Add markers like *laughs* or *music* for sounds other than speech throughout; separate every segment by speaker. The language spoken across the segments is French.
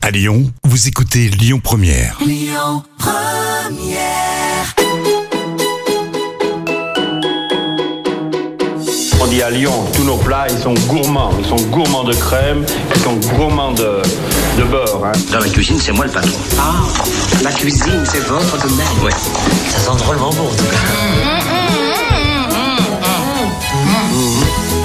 Speaker 1: À Lyon, vous écoutez Lyon Première.
Speaker 2: On dit à Lyon, tous nos plats, ils sont gourmands. Ils sont gourmands de crème, ils sont gourmands de, de beurre. hein.
Speaker 3: Dans la cuisine, c'est moi le patron.
Speaker 4: Ah, la cuisine, c'est votre domaine.
Speaker 3: Ouais.
Speaker 4: Ça sent drôlement bon, en tout cas.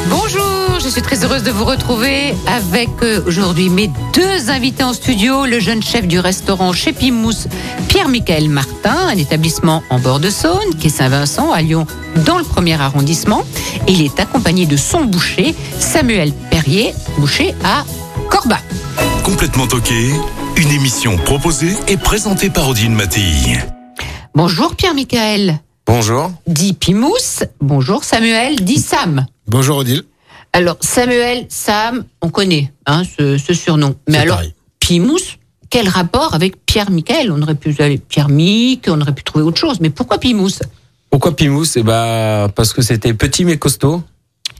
Speaker 5: Bonjour, je suis très heureuse de vous retrouver avec euh, aujourd'hui mes deux invités en studio, le jeune chef du restaurant chez Pimousse, Pierre-Michaël Martin, un établissement en bord de Saône, qui est Saint-Vincent, à Lyon, dans le premier arrondissement. Et il est accompagné de son boucher, Samuel Perrier, boucher à Corba.
Speaker 1: Complètement toqué, une émission proposée et présentée par Odile Mattei.
Speaker 5: Bonjour Pierre-Michaël,
Speaker 6: Bonjour.
Speaker 5: dit Pimousse. Bonjour Samuel, dit Sam.
Speaker 6: Bonjour Odile.
Speaker 5: Alors Samuel, Sam, on connaît hein, ce, ce surnom. Mais
Speaker 6: C'est
Speaker 5: alors,
Speaker 6: pareil.
Speaker 5: Pimousse, quel rapport avec Pierre Michael On aurait pu aller Pierre Mic, on aurait pu trouver autre chose. Mais pourquoi Pimousse
Speaker 6: Pourquoi Pimousse Eh ben, parce que c'était petit mais costaud.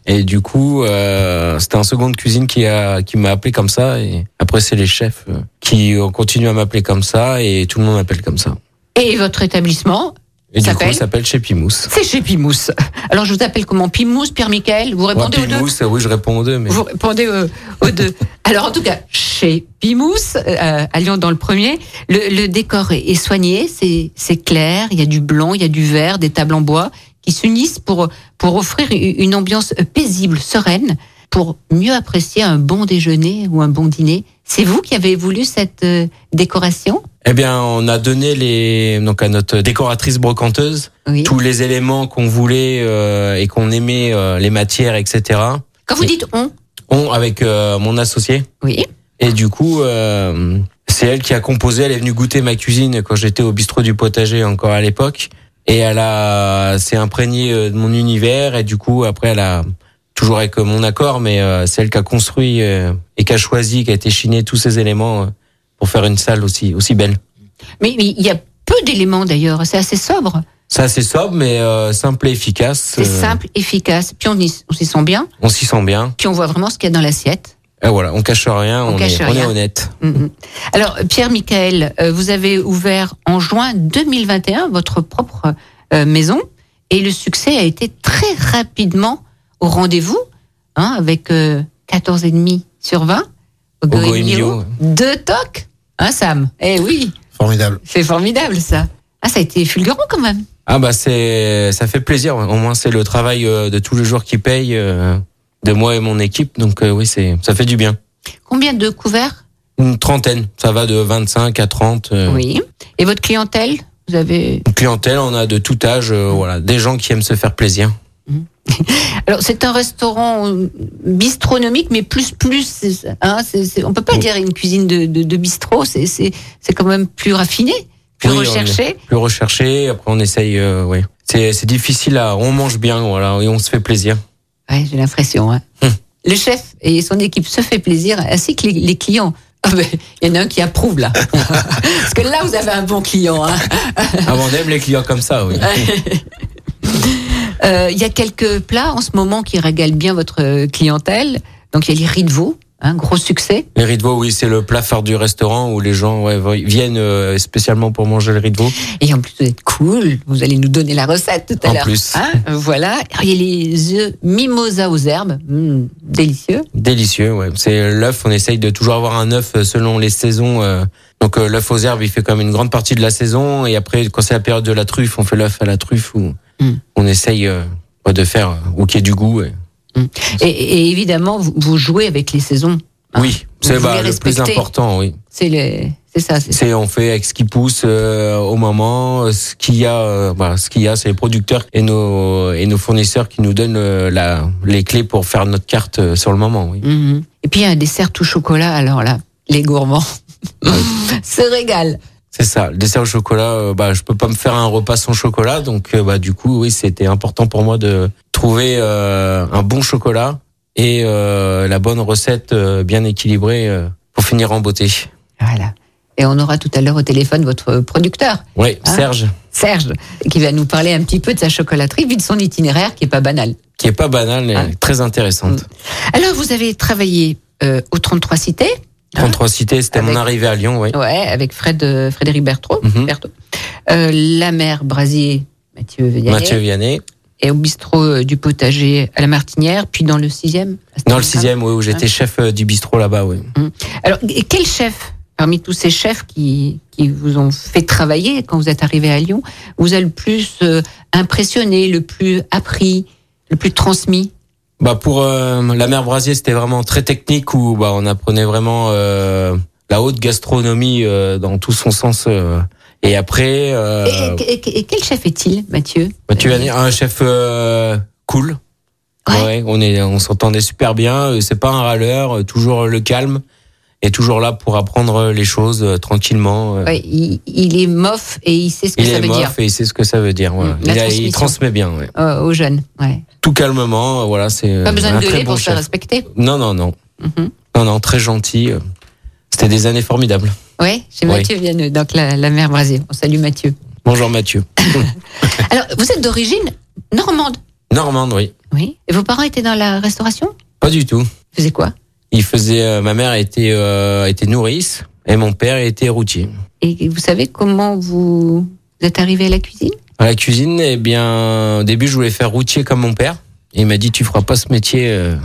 Speaker 6: Et du coup, euh, c'était un second de cuisine qui a qui m'a appelé comme ça. Et après, c'est les chefs euh, qui ont continué à m'appeler comme ça et tout le monde m'appelle comme ça.
Speaker 5: Et votre établissement
Speaker 6: Et du coup,
Speaker 5: S'appelle
Speaker 6: il s'appelle chez Pimousse.
Speaker 5: C'est chez Pimousse. Alors je vous appelle comment Pimousse, Pierre Michael Vous
Speaker 6: Moi,
Speaker 5: répondez aux deux
Speaker 6: Pimousse, euh, oui, je réponds aux deux, mais
Speaker 5: Vous répondez euh, aux deux. Alors en tout cas, chez Pimousse, euh, à Lyon dans le premier, le, le décor est, est soigné, c'est c'est clair, il y a du blanc, il y a du vert, des tables en bois qui s'unissent pour pour offrir u- une ambiance paisible, sereine, pour mieux apprécier un bon déjeuner ou un bon dîner. C'est vous qui avez voulu cette euh, décoration
Speaker 6: eh bien, on a donné les donc à notre décoratrice brocanteuse
Speaker 5: Oui.
Speaker 6: tous les éléments qu'on voulait euh, et qu'on aimait, euh, les matières, etc.
Speaker 5: Quand vous dites on,
Speaker 6: On avec euh, mon associé.
Speaker 5: oui,
Speaker 6: Et du coup, euh, c'est elle qui a composé. Elle est venue goûter ma cuisine quand j'étais au bistrot du potager encore à l'époque. Et elle a, s'est imprégnée euh, de mon univers. Et du coup, après, elle a toujours avec euh, mon accord, mais euh, c'est elle qui a construit euh, et qui a choisi, qui a été chiné tous ces éléments euh, pour faire une salle aussi aussi belle.
Speaker 5: mais mais il y a peu d'éléments d'ailleurs, c'est assez sobre,
Speaker 6: Ça, c'est sobre, mais euh, simple et efficace.
Speaker 5: c'est
Speaker 6: Euh,
Speaker 5: simple, efficace, puis on y- on s'y sent bien,
Speaker 6: On s'y sent bien.
Speaker 5: puis on voit vraiment ce qu'il y a dans l'assiette.
Speaker 6: Et voilà, on cache rien.
Speaker 5: On
Speaker 6: On,
Speaker 5: cache
Speaker 6: est, on est
Speaker 5: rien.
Speaker 6: honnête.
Speaker 5: Mhm. Alors, Pierre Michael, euh, vous avez ouvert en juin 2021 votre propre euh, maison et le succès a été très rapidement au rendez-vous, hein, avec euh, 14,5 sur 20 au
Speaker 6: Go
Speaker 5: Go
Speaker 6: Emilio,
Speaker 5: Emilio.
Speaker 6: ouais.
Speaker 5: Deux tocs, hein, Sam Eh oui,
Speaker 7: Formidable.
Speaker 5: c'est formidable ça. Ah, ça a été fulgurant quand même.
Speaker 6: Ah bah c'est ça fait plaisir. Au moins c'est le travail euh, de tous les jours qui paye euh, de moi et mon équipe. Donc euh, oui c'est ça fait du bien.
Speaker 5: Combien de couverts
Speaker 6: Une trentaine, ça va de 25 à 30. euh,
Speaker 5: Oui. Et votre clientèle Vous avez
Speaker 6: une Clientèle, on a de tout âge. euh, voilà, des gens qui aiment se faire plaisir.
Speaker 5: Alors c'est un restaurant euh, bistronomique, mais plus plus. c'est- Hein, c'est- c'est- on peut pas
Speaker 6: Oui.
Speaker 5: dire une cuisine de, de, de bistrot. C'est c'est c'est quand même plus raffiné,
Speaker 6: Oui,
Speaker 5: plus
Speaker 6: on est-
Speaker 5: recherché.
Speaker 6: Plus recherché. Après on essaye. euh, ouais. C'est c'est difficile à. On mange bien. Voilà et on se fait plaisir.
Speaker 5: Ouais, j'ai l'impression. Hein.
Speaker 6: Hum.
Speaker 5: Le chef et son équipe se fait plaisir, ainsi que les, les clients. Ah ben, Il y en a un qui approuve là, *laughs* parce que là vous avez un bon client. hein.
Speaker 6: Ah, on aime les clients comme ça. Oui.
Speaker 5: Euh, Il y a quelques plats en ce moment qui régalent bien votre clientèle. Donc il y a les riz de veau, hein, gros succès.
Speaker 6: Les riz de veau, oui, c'est le plat phare du restaurant où les gens ouais, viennent euh, spécialement pour manger le riz de veau.
Speaker 5: Et en plus, vous êtes cool, vous allez nous donner la recette tout à
Speaker 6: En
Speaker 5: l'heure.
Speaker 6: plus.
Speaker 5: Hein, voilà. Il y a les œufs mimosa aux herbes, Hum, délicieux.
Speaker 6: Délicieux, ouais. C'est l'œuf, on essaye de toujours avoir un œuf euh, selon les saisons. euh. Donc euh, l'œuf aux herbes, il fait quand même une grande partie de la saison. Et après, quand c'est la période de la truffe, on fait l'œuf à la truffe ou
Speaker 5: Mm.
Speaker 6: on essaye euh, ouais, de faire euh, ou qu'il y ait du goût. ouais.
Speaker 5: Et, et évidemment, vous, vous jouez avec les saisons. Ah,
Speaker 6: oui, c'est
Speaker 5: voulez
Speaker 6: bah, le plus
Speaker 5: respecter.
Speaker 6: important, oui.
Speaker 5: C'est le, c'est ça. c'est-
Speaker 6: C'est on fait avec ce qui pousse euh, au moment, euh, ce qu'il y a, euh, bah, ce qu'il y a, c'est les producteurs et nos et nos fournisseurs qui nous donnent euh, la, les clés pour faire notre carte euh, sur le moment. Oui.
Speaker 5: Mhm. Et puis il y a un dessert tout chocolat. Alors là, les gourmands *laughs* se régalent.
Speaker 6: C'est ça, le dessert au chocolat, euh, bah, je peux pas me faire un repas sans chocolat, donc euh, bah, du coup, oui, c'était important pour moi de trouver euh, un bon chocolat et euh, la bonne recette euh, bien équilibrée euh, pour finir en beauté.
Speaker 5: Voilà. Et on aura tout à l'heure au téléphone votre producteur,
Speaker 6: Oui,
Speaker 5: Ah.
Speaker 6: Serge,
Speaker 5: Serge, qui va nous parler un petit peu de sa chocolaterie, vu de son itinéraire qui est pas banal.
Speaker 6: qui est pas banale, mais
Speaker 5: Ah.
Speaker 6: très intéressante.
Speaker 5: Alors, vous avez travaillé euh, au 33 Cité,
Speaker 6: 33 Cité, c'était mon
Speaker 5: Avec-
Speaker 6: arrivée à Lyon, oui.
Speaker 5: Ouais, avec Fred, euh, Frédéric Berthaud.
Speaker 6: Mhm.
Speaker 5: Berthaud. Euh, la mère Brasier, Mathieu Vianney.
Speaker 6: Mathieu Vianney.
Speaker 5: Et au bistrot euh, du potager à la Martinière, puis dans le 6e.
Speaker 6: Dans le
Speaker 5: Ah.
Speaker 6: sixième, oui, où j'étais chef euh, du bistrot là-bas, oui.
Speaker 5: Alors, et quel chef, parmi tous ces chefs qui, qui vous ont fait travailler quand vous êtes arrivé à Lyon, vous a le plus euh, impressionné, le plus appris, le plus transmis
Speaker 6: Bah pour euh, la mère Brasier, c'était vraiment très technique où bah on apprenait vraiment euh, la haute gastronomie euh, dans tout son sens. euh. et après, euh,
Speaker 5: Et, et- et- et quel chef est-il, Mathieu
Speaker 6: bah, tu vas dire un chef euh, cool.
Speaker 5: Ouais.
Speaker 6: on est, on s'entendait super bien. euh, C'est pas un râleur, euh, toujours le calme et toujours là pour apprendre les choses euh, tranquillement. euh.
Speaker 5: Ouais, il, il est mof et il sait ce que
Speaker 6: Il
Speaker 5: ça
Speaker 6: est
Speaker 5: veut
Speaker 6: mof
Speaker 5: dire
Speaker 6: et il sait ce que ça veut dire. voilà.
Speaker 5: Mm,
Speaker 6: Il,
Speaker 5: la
Speaker 6: a- il
Speaker 5: transmission.
Speaker 6: transmet bien, ouais.
Speaker 5: euh, aux jeunes. Ouais.
Speaker 6: tout calmement. euh, Voilà, c'est
Speaker 5: Pas
Speaker 6: euh,
Speaker 5: besoin
Speaker 6: un
Speaker 5: de gueuler
Speaker 6: très bon
Speaker 5: pour se faire
Speaker 6: chef.
Speaker 5: respecter.
Speaker 6: Non, non, non.
Speaker 5: Mhm.
Speaker 6: Non, non, très gentil. euh. C'était des années formidables.
Speaker 5: Ouais, chez
Speaker 6: Oui.
Speaker 5: Mathieu Vianneux, donc la, la mère Brasier. On
Speaker 6: *laughs*
Speaker 5: salue Mathieu.
Speaker 6: Bonjour Mathieu.
Speaker 5: Alors, vous êtes d'origine normande,
Speaker 6: Normande, oui.
Speaker 5: oui Et vos parents étaient dans la restauration
Speaker 6: Pas du tout.
Speaker 5: Ils faisaient quoi
Speaker 6: Il faisait, euh, ma mère était, euh, était nourrice et mon père était routier.
Speaker 5: Et vous savez comment vous, vous êtes arrivé à la cuisine
Speaker 6: À la cuisine, eh bien, au début, je voulais faire routier comme mon père. Et il m'a dit, tu feras pas ce métier, euh,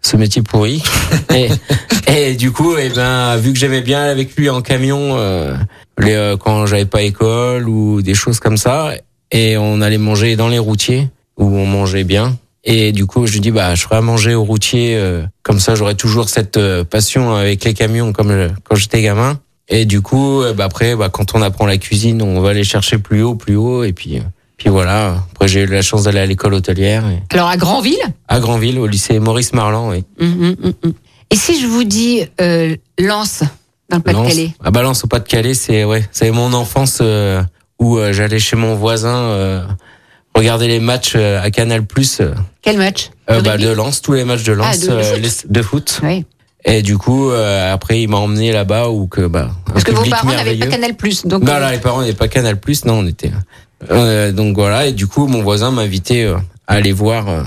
Speaker 6: ce métier pourri. et, et du coup, eh ben, vu que j'aimais bien aller avec lui en camion, euh, les, euh, quand j'avais pas école ou des choses comme ça, et on allait manger dans les routiers où on mangeait bien. Et du coup, je lui dis, bah, je ferai à manger aux routiers. euh, comme ça, j'aurai toujours cette euh, passion avec les camions comme je- quand j'étais gamin. Et du coup, euh, bah, après, bah, quand on apprend la cuisine, on va aller chercher plus haut, plus haut. Et puis, euh, puis voilà. Après, j'ai eu la chance d'aller à l'école hôtelière et-
Speaker 5: Alors, à Granville
Speaker 6: à Granville, au lycée Maurice Marlan. Oui.
Speaker 5: Mhm, mhm, mhm. Et si je vous dis euh, Lens, dans le Pas-de-Calais
Speaker 6: À Balance au Pas-de-Calais, c'est ouais, c'est mon enfance euh, où euh, j'allais chez mon voisin euh, regarder les matchs euh, à Canal Plus.
Speaker 5: Quel match Le
Speaker 6: bah,
Speaker 5: rugby
Speaker 6: de Lens, tous les matchs de Lens
Speaker 5: Ah, de- de
Speaker 6: euh,
Speaker 5: foot.
Speaker 6: les- de foot.
Speaker 5: Ouais.
Speaker 6: Et du coup, euh, après, il m'a emmené là-bas où que bah un
Speaker 5: Parce que vos
Speaker 6: public
Speaker 5: parents n'avaient pas
Speaker 6: merveilleux.
Speaker 5: Canal+. Donc,
Speaker 6: Non,
Speaker 5: euh,
Speaker 6: Bah, là, les parents n'avaient pas Canal Plus. Non, on était. Euh, donc voilà. Et du coup, mon voisin m'invitait euh, à aller voir euh,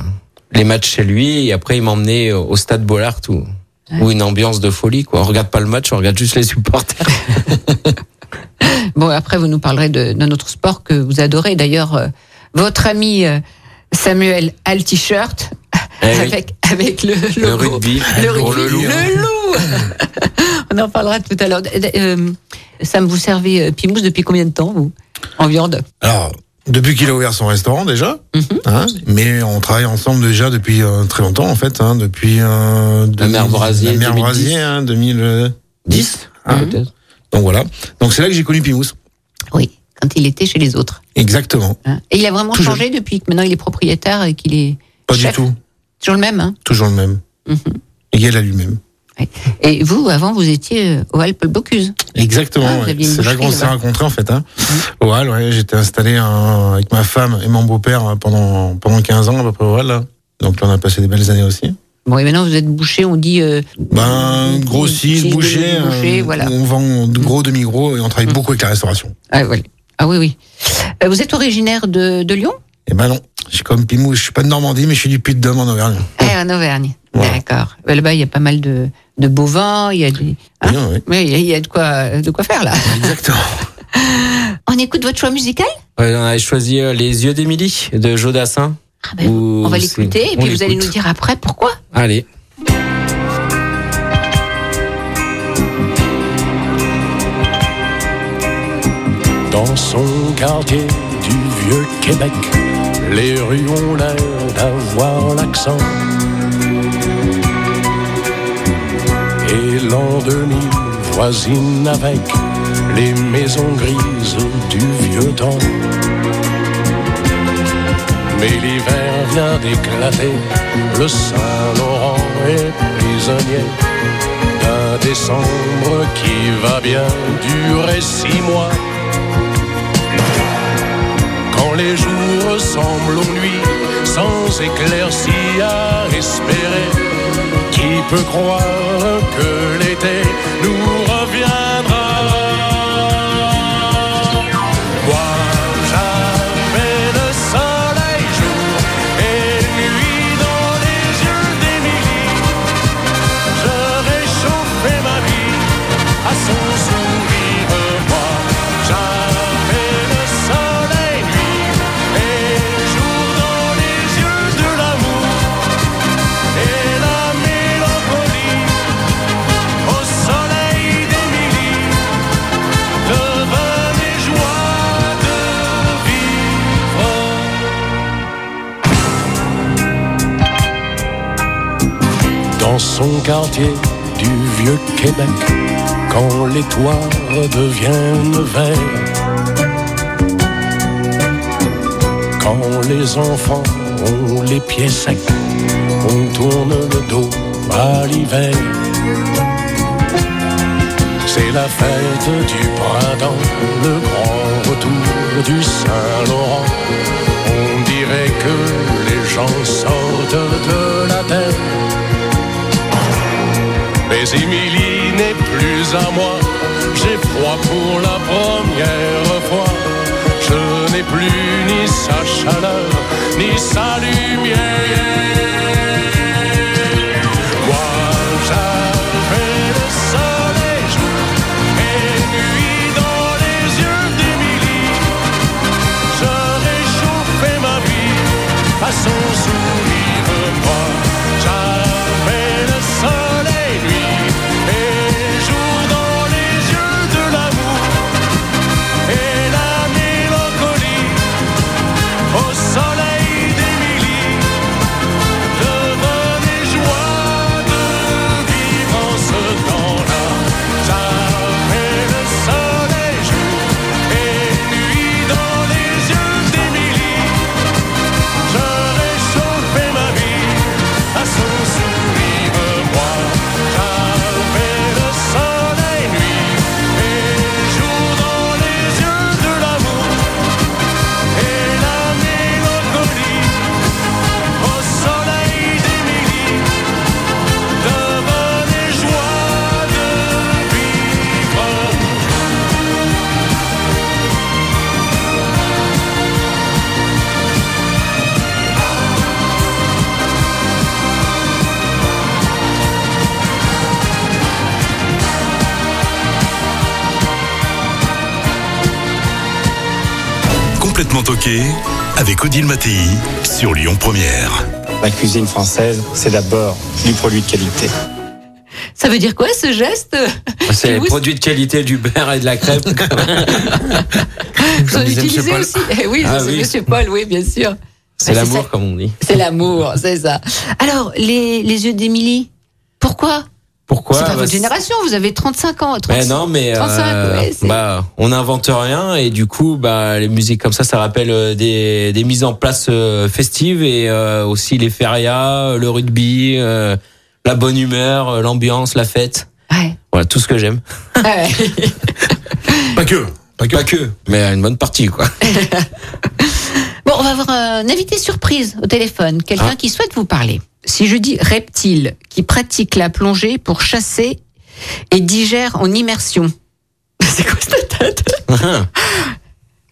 Speaker 6: les matchs chez lui. Et après, il m'emmenait euh, au stade Bollard où, où une ambiance de folie. Quoi. On regarde pas le match, on regarde juste les supporters.
Speaker 5: Bon, après, vous nous parlerez de, de notre sport que vous adorez. D'ailleurs, euh, votre ami euh, Samuel a le t-shirt
Speaker 6: Eh oui,
Speaker 5: avec, avec *laughs* le
Speaker 6: le
Speaker 5: logo.
Speaker 6: rugby.
Speaker 5: Le
Speaker 6: pour le
Speaker 5: rugby,
Speaker 6: loup.
Speaker 5: le loup. *laughs* On en parlera tout à l'heure. D- euh, Sam, vous servez euh, Pimousse depuis combien de temps, vous En viande
Speaker 3: Alors, depuis qu'il a ouvert son restaurant déjà,
Speaker 5: Mhm.
Speaker 3: hein, mais on travaille ensemble déjà depuis euh, très longtemps en fait, hein, depuis euh,
Speaker 6: La mère
Speaker 3: 2000,
Speaker 6: Brasier,
Speaker 3: la mère
Speaker 6: 2010.
Speaker 3: Brasier, hein, 2010.
Speaker 6: 10
Speaker 3: Ah,
Speaker 5: Mhm.
Speaker 6: peut-être.
Speaker 3: Donc voilà. Donc c'est là que j'ai connu Pimous.
Speaker 5: Oui, quand il était chez les autres.
Speaker 3: Exactement.
Speaker 5: hein. Et il a vraiment
Speaker 3: Tout
Speaker 5: changé depuis que maintenant il est propriétaire et qu'il est
Speaker 3: Pas
Speaker 5: Chef.
Speaker 3: du tout.
Speaker 5: toujours le même. hein.
Speaker 3: Toujours le même.
Speaker 5: Mhm.
Speaker 3: Égal à lui-même.
Speaker 5: Et vous, avant, vous étiez euh, au Alpe Bocuse.
Speaker 3: Exactement.
Speaker 5: Ah, vous
Speaker 3: ouais.
Speaker 5: aviez une
Speaker 3: C'est là
Speaker 5: boucherie,
Speaker 3: qu'on
Speaker 5: Mhm.
Speaker 3: s'est
Speaker 5: là-bas.
Speaker 3: rencontrés en fait. Hein. Au Hall, ouais, j'étais installé hein, avec ma femme et mon beau-père hein, pendant pendant 15 ans à peu près au Hall, là. Donc là on a passé des belles années aussi.
Speaker 5: Bon, et maintenant vous êtes bouché, on dit. euh,
Speaker 3: Ben grossi,
Speaker 5: petit,
Speaker 3: bouché,
Speaker 6: hein.
Speaker 5: bouché,
Speaker 3: euh,
Speaker 5: voilà. Mhm.
Speaker 3: on vend de gros, demi-gros et on travaille beaucoup avec la restauration.
Speaker 5: Ah, voilà. Ah oui, oui. Euh, Vous êtes originaire de, de Lyon
Speaker 3: Et ben non, je suis comme Pimou, je suis pas de Normandie mais je suis du Puy-de-Dôme en Auvergne.
Speaker 5: Ah, en Auvergne.
Speaker 3: Voilà.
Speaker 5: D'accord. Ben, Là-bas, il y a pas mal de, de bovins, il y a des. hein.
Speaker 3: Bien, ouais.
Speaker 5: Mais il y a- il y a de quoi, euh, de quoi faire là.
Speaker 3: Exactement.
Speaker 5: *laughs* On écoute votre choix musical
Speaker 6: Ouais, on avait choisi euh, Les Yeux d'Émilie de Jodassin.
Speaker 5: Ah ben, On va l'écouter et puis vous allez nous dire après pourquoi.
Speaker 6: Allez.
Speaker 7: Dans son quartier du vieux Québec, les rues ont l'air d'avoir l'accent. Et l'an 2000 voisine avec les maisons grises du vieux temps. Mais l'hiver vient d'éclater, le Saint-Laurent est prisonnier d'un décembre qui va bien durer six mois. Quand les jours semblent aux nuits, sans éclaircie à espérer, qui peut croire que l'été nous reviendra Moi, j'avais le soleil jour et nuit dans les yeux d'Émilie. Je réchauffais ma vie son quartier du vieux Québec, quand les toits deviennent verts, quand les enfants ont les pieds secs, on tourne le dos à l'hiver. C'est la fête du printemps, le grand retour du Saint-Laurent. On dirait que les gens sortent de la terre. Mais Émilie n'est plus à moi, j'ai froid pour la première fois. Je n'ai plus ni sa chaleur, ni sa lumière. Moi j'avais le soleil jour et nuit dans les yeux d'Émilie. Je réchauffais ma vie à son sourire. Moi j'avais le soleil nuit et jour dans les yeux de l'amour et la mélancolie au soleil d'Émilie. Devenez joie de vivre en ce temps-là. J'avais le soleil jour et nuit dans les yeux d'Émilie. Je réchauffais ma vie à son sourire. Moi, j'avais le soleil nuit et jour dans les yeux de l'amour et la mélancolie au soleil d'Émilie. Devenez joie de vivre.
Speaker 1: Complètement toqué avec Odile Mattei sur Lyon Première.
Speaker 8: La cuisine française, c'est d'abord du produit de qualité.
Speaker 5: Ça veut dire quoi ce geste
Speaker 6: Ah, C'est les
Speaker 5: Vous-
Speaker 6: produits de qualité du beurre et de la
Speaker 5: *laughs*
Speaker 6: crêpe.
Speaker 5: Vous en
Speaker 3: disait
Speaker 5: utilisez
Speaker 3: Monsieur Paul.
Speaker 5: aussi Eh Oui,
Speaker 6: Ah
Speaker 5: c'est
Speaker 6: oui.
Speaker 5: Monsieur Paul, oui, bien sûr.
Speaker 6: C'est
Speaker 5: Bah,
Speaker 6: l'amour,
Speaker 5: ça.
Speaker 6: comme on dit.
Speaker 5: C'est l'amour, c'est ça. Alors, les, les yeux d'Émilie, pourquoi
Speaker 6: Pourquoi
Speaker 5: C'est pas
Speaker 6: Bah,
Speaker 5: votre génération, vous avez 35 ans. 36.
Speaker 6: Mais Bah non, mais
Speaker 5: 35,
Speaker 6: euh,
Speaker 5: ouais, c'est-
Speaker 6: bah, on n'invente rien et du coup, bah, les musiques comme ça, ça rappelle euh, des, des mises en place euh, festives et euh, aussi les férias, le rugby, euh, la bonne humeur, euh, l'ambiance, la fête.
Speaker 5: *laughs* Ouais.
Speaker 6: Voilà, tout ce que j'aime.
Speaker 5: Ouais.
Speaker 3: Pas que. Pas que.
Speaker 6: Pas que, mais une bonne partie, quoi.
Speaker 5: Bon, on va avoir un invité surprise au téléphone, quelqu'un
Speaker 6: Ah.
Speaker 5: qui souhaite vous parler. Si je dis reptile, qui pratique la plongée pour chasser et digère en immersion. *laughs* C'est quoi
Speaker 6: *laughs*
Speaker 5: cette tête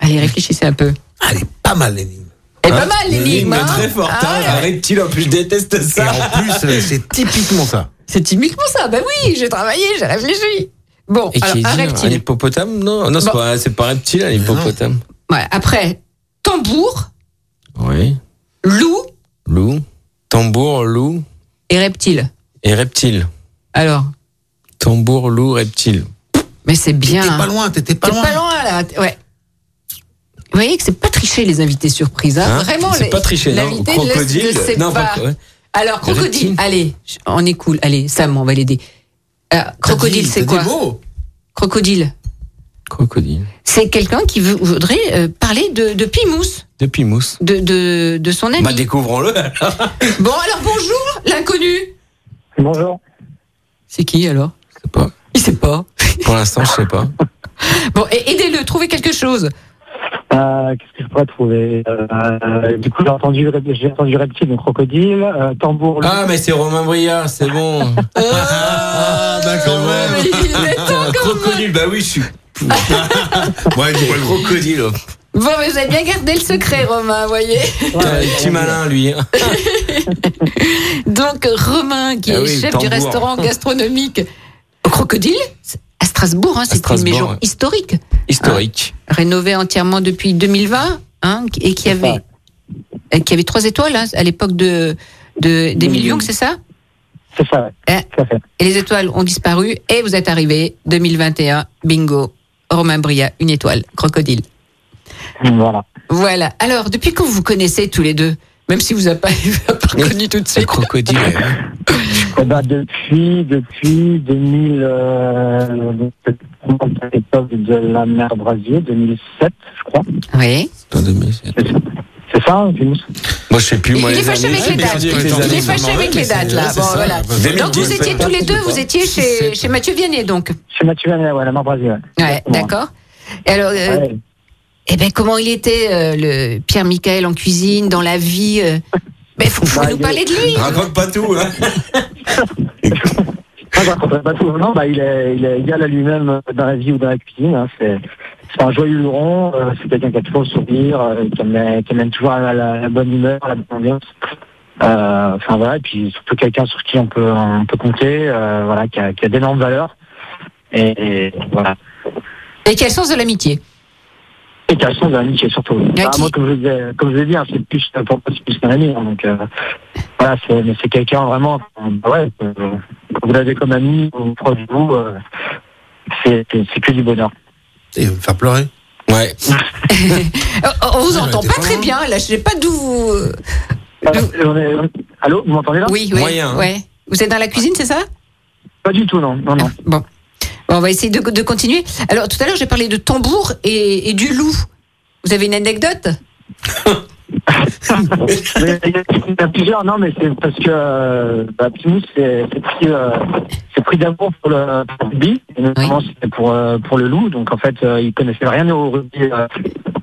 Speaker 5: Allez, réfléchissez un peu.
Speaker 3: Elle est pas mal, l'énigme.
Speaker 5: Et pas mal l'énigme. hein
Speaker 6: très forte,
Speaker 5: Ah ouais.
Speaker 6: hein, un reptile, en plus, je déteste
Speaker 3: Et
Speaker 6: ça.
Speaker 3: en plus, euh, c'est typiquement ça.
Speaker 5: C'est typiquement ça. Ben oui, j'ai travaillé, j'ai réfléchi. Bon,
Speaker 6: Et
Speaker 5: alors,
Speaker 6: qui est
Speaker 5: un
Speaker 6: dit, hein, un
Speaker 5: reptile. Bah.
Speaker 6: hippopotame Non, non c'est
Speaker 5: Bon.
Speaker 6: pas, c'est pas reptile, un hippopotame.
Speaker 5: Ouais, après, tambour,
Speaker 6: Oui.
Speaker 5: loup
Speaker 6: Loup, tambour, loup
Speaker 5: et reptile.
Speaker 6: et reptile.
Speaker 5: Alors,
Speaker 6: Tambour, loup, reptile.
Speaker 5: mais c'est bien.
Speaker 3: T'étais
Speaker 5: hein.
Speaker 3: pas loin, t'étais pas
Speaker 5: T'es
Speaker 3: loin.
Speaker 5: pas loin là. T- Ouais. Vous voyez que c'est pas triché les invités surprises. Hein.
Speaker 6: Hein
Speaker 5: Vraiment,
Speaker 6: C'est
Speaker 5: les-
Speaker 6: pas triché, non
Speaker 5: l'invité ne le-
Speaker 6: Crocodile
Speaker 5: ne sait
Speaker 6: Non,
Speaker 5: pas.
Speaker 6: pas- ouais.
Speaker 5: Alors, crocodile,
Speaker 6: Reptile.
Speaker 5: allez, je- on est cool. Allez, Sam, on va l'aider. Euh, crocodile, c'est quoi Crocodile,
Speaker 6: Crocodile.
Speaker 5: c'est quelqu'un qui veut- voudrait euh, parler de, de Pimousse,
Speaker 6: Depuis mousse.
Speaker 5: de, de, de son ami.
Speaker 6: Bah, découvrons-le.
Speaker 5: Bon, alors bonjour, l'inconnu.
Speaker 9: Bonjour.
Speaker 5: C'est qui alors
Speaker 6: Je sais pas.
Speaker 5: Il sait pas.
Speaker 6: Pour l'instant, je sais pas.
Speaker 5: Bon, et- aidez-le, trouvez
Speaker 6: *laughs*
Speaker 5: quelque chose.
Speaker 9: Euh, Qu'est-ce que je pourrais trouver Euh, Du coup, j'ai entendu, j'ai entendu reptile, donc crocodile, euh, tambour.
Speaker 6: Ah, mais c'est Romain Briard, c'est bon.
Speaker 3: Ah, bah quand
Speaker 5: Ah, Mais
Speaker 3: même.
Speaker 5: Oh, il est temps quand même.
Speaker 6: Crocodile, bah oui, je suis.
Speaker 3: Ouais, dis-moi le gros.
Speaker 6: Crocodile. oh.
Speaker 5: Bon, mais vous avez bien gardé le secret, Romain, voyez.
Speaker 6: Putain, il est petit malin, lui. hein.
Speaker 5: Donc Romain, qui
Speaker 6: Ah
Speaker 5: est
Speaker 6: oui,
Speaker 5: chef du
Speaker 6: tambour.
Speaker 5: restaurant gastronomique au Crocodile, c'est- à Strasbourg, hein, c'est une
Speaker 6: Strasbourg,
Speaker 5: maison
Speaker 6: ouais.
Speaker 5: historique,
Speaker 6: Historique.
Speaker 5: Ah. rénovée entièrement depuis 2020, hein, et qui avait, et qui avait trois étoiles hein, à l'époque de, de des
Speaker 9: Oui.
Speaker 5: millions, c'est ça
Speaker 9: C'est ça, ouais.
Speaker 5: Eh.
Speaker 9: Tout à fait.
Speaker 5: Et les étoiles ont disparu, et vous êtes arrivé 2021, bingo, Romain Bria, une étoile, Crocodile.
Speaker 9: Voilà.
Speaker 5: Voilà. Alors depuis *laughs* quand vous vous connaissez tous les deux, même si vous n'avez pas, vous avez pas reconnu tout de
Speaker 6: C'est
Speaker 5: suite.
Speaker 6: crocodile. ouais.
Speaker 9: Je
Speaker 10: Eh ben, depuis, depuis 2000, euh, à l'époque de la mer Brasier, 2007, je crois.
Speaker 5: Oui.
Speaker 6: En 2007.
Speaker 10: C'est ça, hein, Pimousse
Speaker 6: Moi, je sais plus.
Speaker 5: Il
Speaker 6: moi,
Speaker 5: est
Speaker 6: les
Speaker 5: fâché
Speaker 6: années,
Speaker 5: avec les
Speaker 6: j'ai
Speaker 5: dates.
Speaker 6: perdu avec les
Speaker 5: Il
Speaker 6: années.
Speaker 5: est fâché avec les dates, là. Bon, voilà. Donc, vous étiez tous les deux, vous étiez chez, chez Mathieu Vianney, donc.
Speaker 10: Chez Mathieu Vianney, ouais, la mer Brasier. Ouais.
Speaker 5: Ouais,
Speaker 10: Exactement.
Speaker 5: d'accord. Et alors, euh,
Speaker 10: Ouais.
Speaker 5: eh ben, comment il était, euh, le Pierre Michael en cuisine, dans la vie
Speaker 10: *laughs*
Speaker 5: euh... Mais faut, faut
Speaker 10: Bah,
Speaker 5: nous
Speaker 10: il est-
Speaker 5: parler de lui.
Speaker 6: Raconte pas tout, hein.
Speaker 10: Ah, bah, contre- bah, tout- non, bah, il est, il est égal à lui-même euh, dans la vie ou dans la cuisine. hein. C'est, c'est un joyeux luron. euh, c'est quelqu'un qui a toujours le sourire, euh, qui amène, qui amène toujours la, la- la bonne humeur, la bonne ambiance. Euh, Enfin voilà, et puis surtout quelqu'un sur qui on peut, on peut compter, euh, voilà, qui a, qui a d'énormes valeurs. Et, et voilà.
Speaker 5: Et quel sens de l'amitié
Speaker 10: Et qui a le sens de l'amitié surtout. Ah,
Speaker 5: qui-
Speaker 10: moi, comme je disais, comme je l'ai dit, hein, c'est plus euh, pour moi, c'est plus qu'un ami. hein, donc euh, voilà, c'est, mais c'est quelqu'un vraiment. euh, bah ouais, euh, quand vous l'avez comme ami, vous proche de vous. euh, c'est, c'est, c'est que du bonheur.
Speaker 3: Et il va me faire pleurer.
Speaker 6: Ouais.
Speaker 5: Euh, On vous
Speaker 3: Ah,
Speaker 5: entend
Speaker 3: t'es
Speaker 5: pas
Speaker 3: pas
Speaker 5: très
Speaker 3: loin.
Speaker 5: bien. Là, je sais pas d'où. vous-
Speaker 10: Euh, on est- on- Allô, vous m'entendez là
Speaker 5: Oui, oui,
Speaker 6: Moyen, hein.
Speaker 5: ouais. Vous êtes dans la cuisine, c'est ça
Speaker 10: Pas du tout, non, non, non.
Speaker 5: Bon. Bon, on va essayer de, de continuer. Alors, tout à l'heure, j'ai parlé de tambour et, et du loup. Vous avez une anecdote
Speaker 10: Mais Il y a- il y en a plusieurs, non, mais c'est parce que euh, bah, Pimous, c'est c'est pris, euh, c'est pris d'amour pour le pour le rugby, et notamment c'était pour, euh, pour le loup. Donc en fait, euh, il connaissait rien au rugby euh,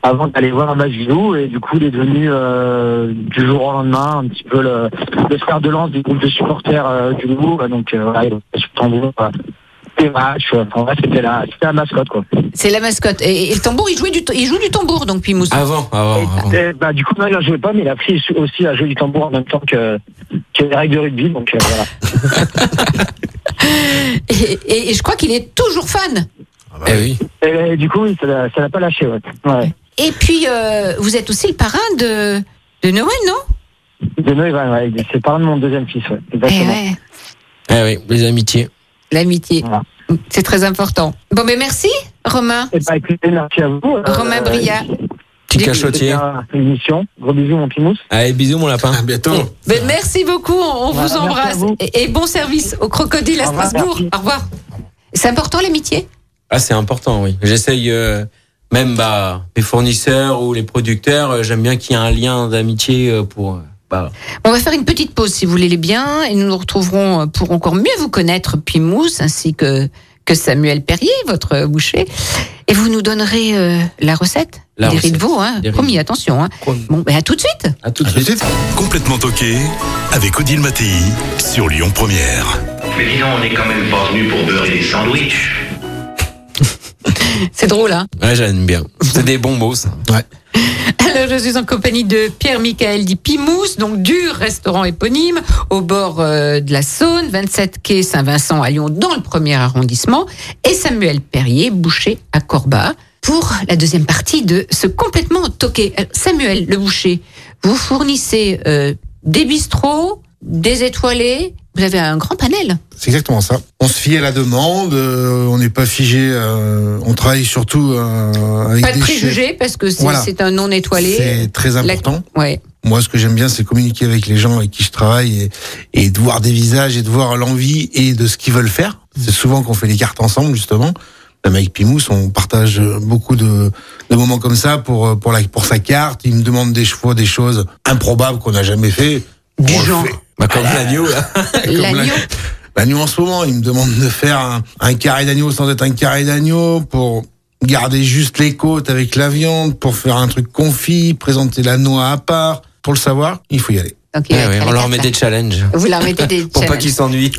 Speaker 10: avant d'aller voir un match du loup, et du coup, il est devenu euh, du jour au lendemain un petit peu le, le fer de lance du groupe de supporters euh, du loup. Donc euh, voilà, il était sur le tambour, euh, des matchs, euh, enfin, ouais, c'était la, c'était la mascotte, quoi.
Speaker 5: C'est la mascotte. Et, et le tambour, il, jouait du, il joue du tambour, donc Pimousse.
Speaker 6: Avant, avant, avant.
Speaker 10: Et, bah, du coup, non, il n'en jouait pas, mais il a pris aussi à jouer du tambour en même temps que, que les règles de rugby. Donc euh, voilà.
Speaker 5: Et, et- et je crois qu'il est toujours fan.
Speaker 6: Eh oui.
Speaker 10: Et, euh, du coup, oui, ça l'a ça l'a pas lâché. Ouais. Ouais.
Speaker 5: Et puis, euh, vous êtes aussi le parrain de, de Noël, non
Speaker 10: De Noël, ouais, ouais, il- c'est parrain de mon deuxième fils. Ouais.
Speaker 5: Eh
Speaker 10: Exactement.
Speaker 5: ouais,
Speaker 6: Eh oui, les amitiés.
Speaker 5: l'amitié.
Speaker 10: Voilà.
Speaker 5: C'est très important. Bon, mais merci, Romain.
Speaker 10: Et bah, écoutez, merci à vous.
Speaker 5: Romain Bria.
Speaker 6: Petit
Speaker 5: Des-
Speaker 10: C'était
Speaker 6: cachotier.
Speaker 10: bien une émission. Gros bisous, mon Pimousse.
Speaker 6: Allez, bisous, mon lapin.
Speaker 3: À bientôt.
Speaker 5: Ben, merci beaucoup, on
Speaker 10: Voilà,
Speaker 5: vous
Speaker 10: merci à
Speaker 5: embrasse.
Speaker 10: vous.
Speaker 5: Et, et bon service au crocodile à
Speaker 10: Au revoir,
Speaker 5: Strasbourg.
Speaker 10: merci.
Speaker 5: Au revoir. C'est important l'amitié
Speaker 6: Ah, c'est important, oui. J'essaye, euh, même bah, les fournisseurs ou les producteurs, euh, j'aime bien qu'il y ait un lien d'amitié euh, pour. euh, bah,
Speaker 5: On va faire une petite pause si vous voulez les bien et nous nous retrouverons pour encore mieux vous connaître Pimousse ainsi que, que Samuel Perrier, votre euh, boucher. Et vous nous donnerez euh, la recette
Speaker 6: La
Speaker 5: des riz de
Speaker 6: recette.
Speaker 5: veau, hein.
Speaker 6: Des riz de
Speaker 5: promis,
Speaker 6: veau.
Speaker 5: attention. Hein. Bon, ben à tout de suite
Speaker 6: à tout de
Speaker 3: À tout de
Speaker 6: suite.
Speaker 3: suite.
Speaker 1: Complètement toqué avec Odile Mattei sur Lyon Première.
Speaker 2: Mais dis donc, on n'est quand même pas venu pour beurrer des sandwichs.
Speaker 5: C'est drôle, hein
Speaker 6: Ouais, j'aime bien. C'est des bons mots, ça.
Speaker 5: Alors, Euh, je suis en compagnie de Pierre-Michael dit Pimousse, donc du restaurant éponyme, au bord euh, de la Saône, 27 quai Saint-Vincent à Lyon, dans le premier arrondissement, et Samuel Perrier, boucher à Corba, pour la deuxième partie de ce complètement toqué. Alors, Samuel, le boucher, vous fournissez euh, des bistrots, des étoilés, vous avez un grand panel.
Speaker 3: C'est exactement ça. On se fie à la demande, euh, on n'est pas figé, euh, on travaille surtout euh, avec
Speaker 5: Pas de
Speaker 3: des
Speaker 5: préjugés, parce que c'est
Speaker 3: Voilà.
Speaker 5: c'est un non
Speaker 3: chefs.
Speaker 5: étoilé.
Speaker 3: C'est très
Speaker 5: La-
Speaker 3: important.
Speaker 5: Ouais.
Speaker 3: Moi, ce que j'aime bien, c'est communiquer avec les gens avec qui je travaille et, et de voir des visages et de voir l'envie et de ce qu'ils veulent faire. C'est souvent qu'on fait les cartes ensemble, justement. Même avec Pimousse, on partage beaucoup de, de moments comme ça pour, euh, pour, la, pour sa carte. Il me demande des chevaux, des choses improbables qu'on n'a jamais fait.
Speaker 5: Du
Speaker 3: On le
Speaker 5: genre.
Speaker 3: fait.
Speaker 6: Bah, comme l'agneau, là.
Speaker 3: Comme la-
Speaker 5: L'agneau.
Speaker 3: L'agneau Bah, en ce moment, il me demande de faire un, un carré d'agneau sans être un carré d'agneau pour garder juste les côtes avec la viande, pour faire un truc confit, présenter la noix à part. Pour le savoir, il faut y aller.
Speaker 5: Donc, il
Speaker 6: Eh
Speaker 5: va être
Speaker 6: oui,
Speaker 5: à la
Speaker 6: on leur
Speaker 5: carte,
Speaker 6: met
Speaker 5: là.
Speaker 6: des challenges.
Speaker 5: Vous leur mettez
Speaker 6: *laughs*
Speaker 5: des
Speaker 6: Pour pas
Speaker 5: challenges.
Speaker 6: qu'ils s'ennuient.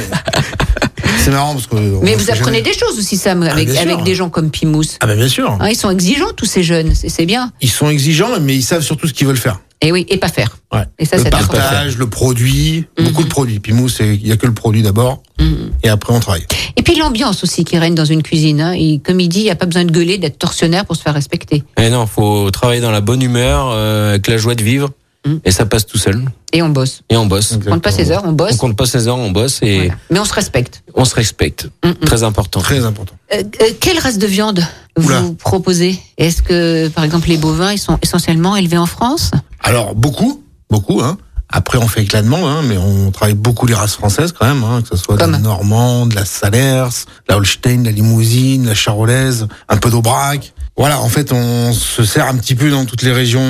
Speaker 3: *laughs* C'est marrant parce que.
Speaker 5: Mais vous apprenez des choses aussi, Sam, avec,
Speaker 3: Ah, bien sûr.
Speaker 5: avec des gens comme Pimousse.
Speaker 3: Ah ben bien sûr.
Speaker 5: Hein, ils sont exigeants, tous ces jeunes, c'est c'est bien.
Speaker 3: Ils sont exigeants, mais ils savent surtout ce qu'ils veulent faire.
Speaker 5: Et oui, et pas faire.
Speaker 3: Ouais.
Speaker 5: Et ça, Mm-hmm.
Speaker 3: le
Speaker 5: c'est important.
Speaker 3: partage, le produit, beaucoup de produits. Pimou, c'est il y a que le produit d'abord,
Speaker 5: Mhm.
Speaker 3: et après on travaille.
Speaker 5: Et puis l'ambiance aussi qui règne dans une cuisine. hein. Et comme il dit, il n'y a pas besoin de gueuler, d'être tortionnaire pour se faire respecter.
Speaker 6: Et non, faut travailler dans la bonne humeur, euh, avec la joie de vivre.
Speaker 5: Mm.
Speaker 6: Et ça passe tout seul.
Speaker 5: Et on bosse.
Speaker 6: Et on bosse.
Speaker 5: On ne compte pas ses heures, on
Speaker 6: On
Speaker 5: bosse.
Speaker 6: compte pas ses heures, on bosse et
Speaker 5: Voilà. Mais on se respecte.
Speaker 6: on se respecte.
Speaker 5: Mm, mm.
Speaker 6: Très important.
Speaker 3: Très important.
Speaker 5: Euh, euh, quelle race de viande
Speaker 3: Oula.
Speaker 5: vous proposez Est-ce que, par exemple, les bovins, ils sont essentiellement élevés en France
Speaker 3: Alors beaucoup, beaucoup. Hein. Après, on fait éclatement, hein, mais on travaille beaucoup les races françaises quand même, hein, que ce soit de la
Speaker 5: Comme.
Speaker 3: normande, la salers, la holstein, la limousine, la charolaise, un peu d'aubrac. Voilà, en fait, on se sert un petit peu dans toutes les régions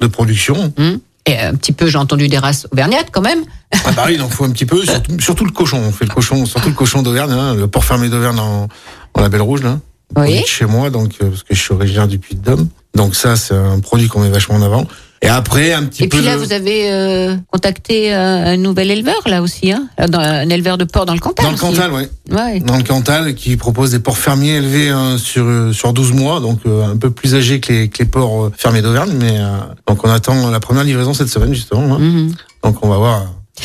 Speaker 3: de production.
Speaker 5: Hum? Et un petit peu, j'ai entendu des races auvergnates quand même.
Speaker 3: Ah bah oui, il en faut un petit peu, surtout, surtout le cochon. On fait le cochon, surtout le cochon d'Auvergne, hein, le port fermé d'Auvergne en, en label rouge, là. On est
Speaker 5: Oui.
Speaker 3: de chez moi, donc euh, parce que je suis originaire du Puy-de-Dôme. Donc ça, c'est un produit qu'on met vachement en avant. Et après, un petit
Speaker 5: Et
Speaker 3: peu.
Speaker 5: puis là,
Speaker 3: le-
Speaker 5: vous avez euh, contacté euh, un, un nouvel éleveur là aussi, hein Dans- un éleveur de porc dans le Cantal.
Speaker 3: Dans le
Speaker 5: aussi.
Speaker 3: Cantal, ouais.
Speaker 5: Ouais.
Speaker 3: Dans le Cantal, qui propose des porcs fermiers élevés euh, sur euh, sur 12 mois, donc euh, un peu plus âgés que les, que les porcs euh, fermiers d'Auvergne. Mais euh, donc on attend la première livraison cette semaine justement. hein.
Speaker 5: Mhm.
Speaker 3: Donc on va voir. euh,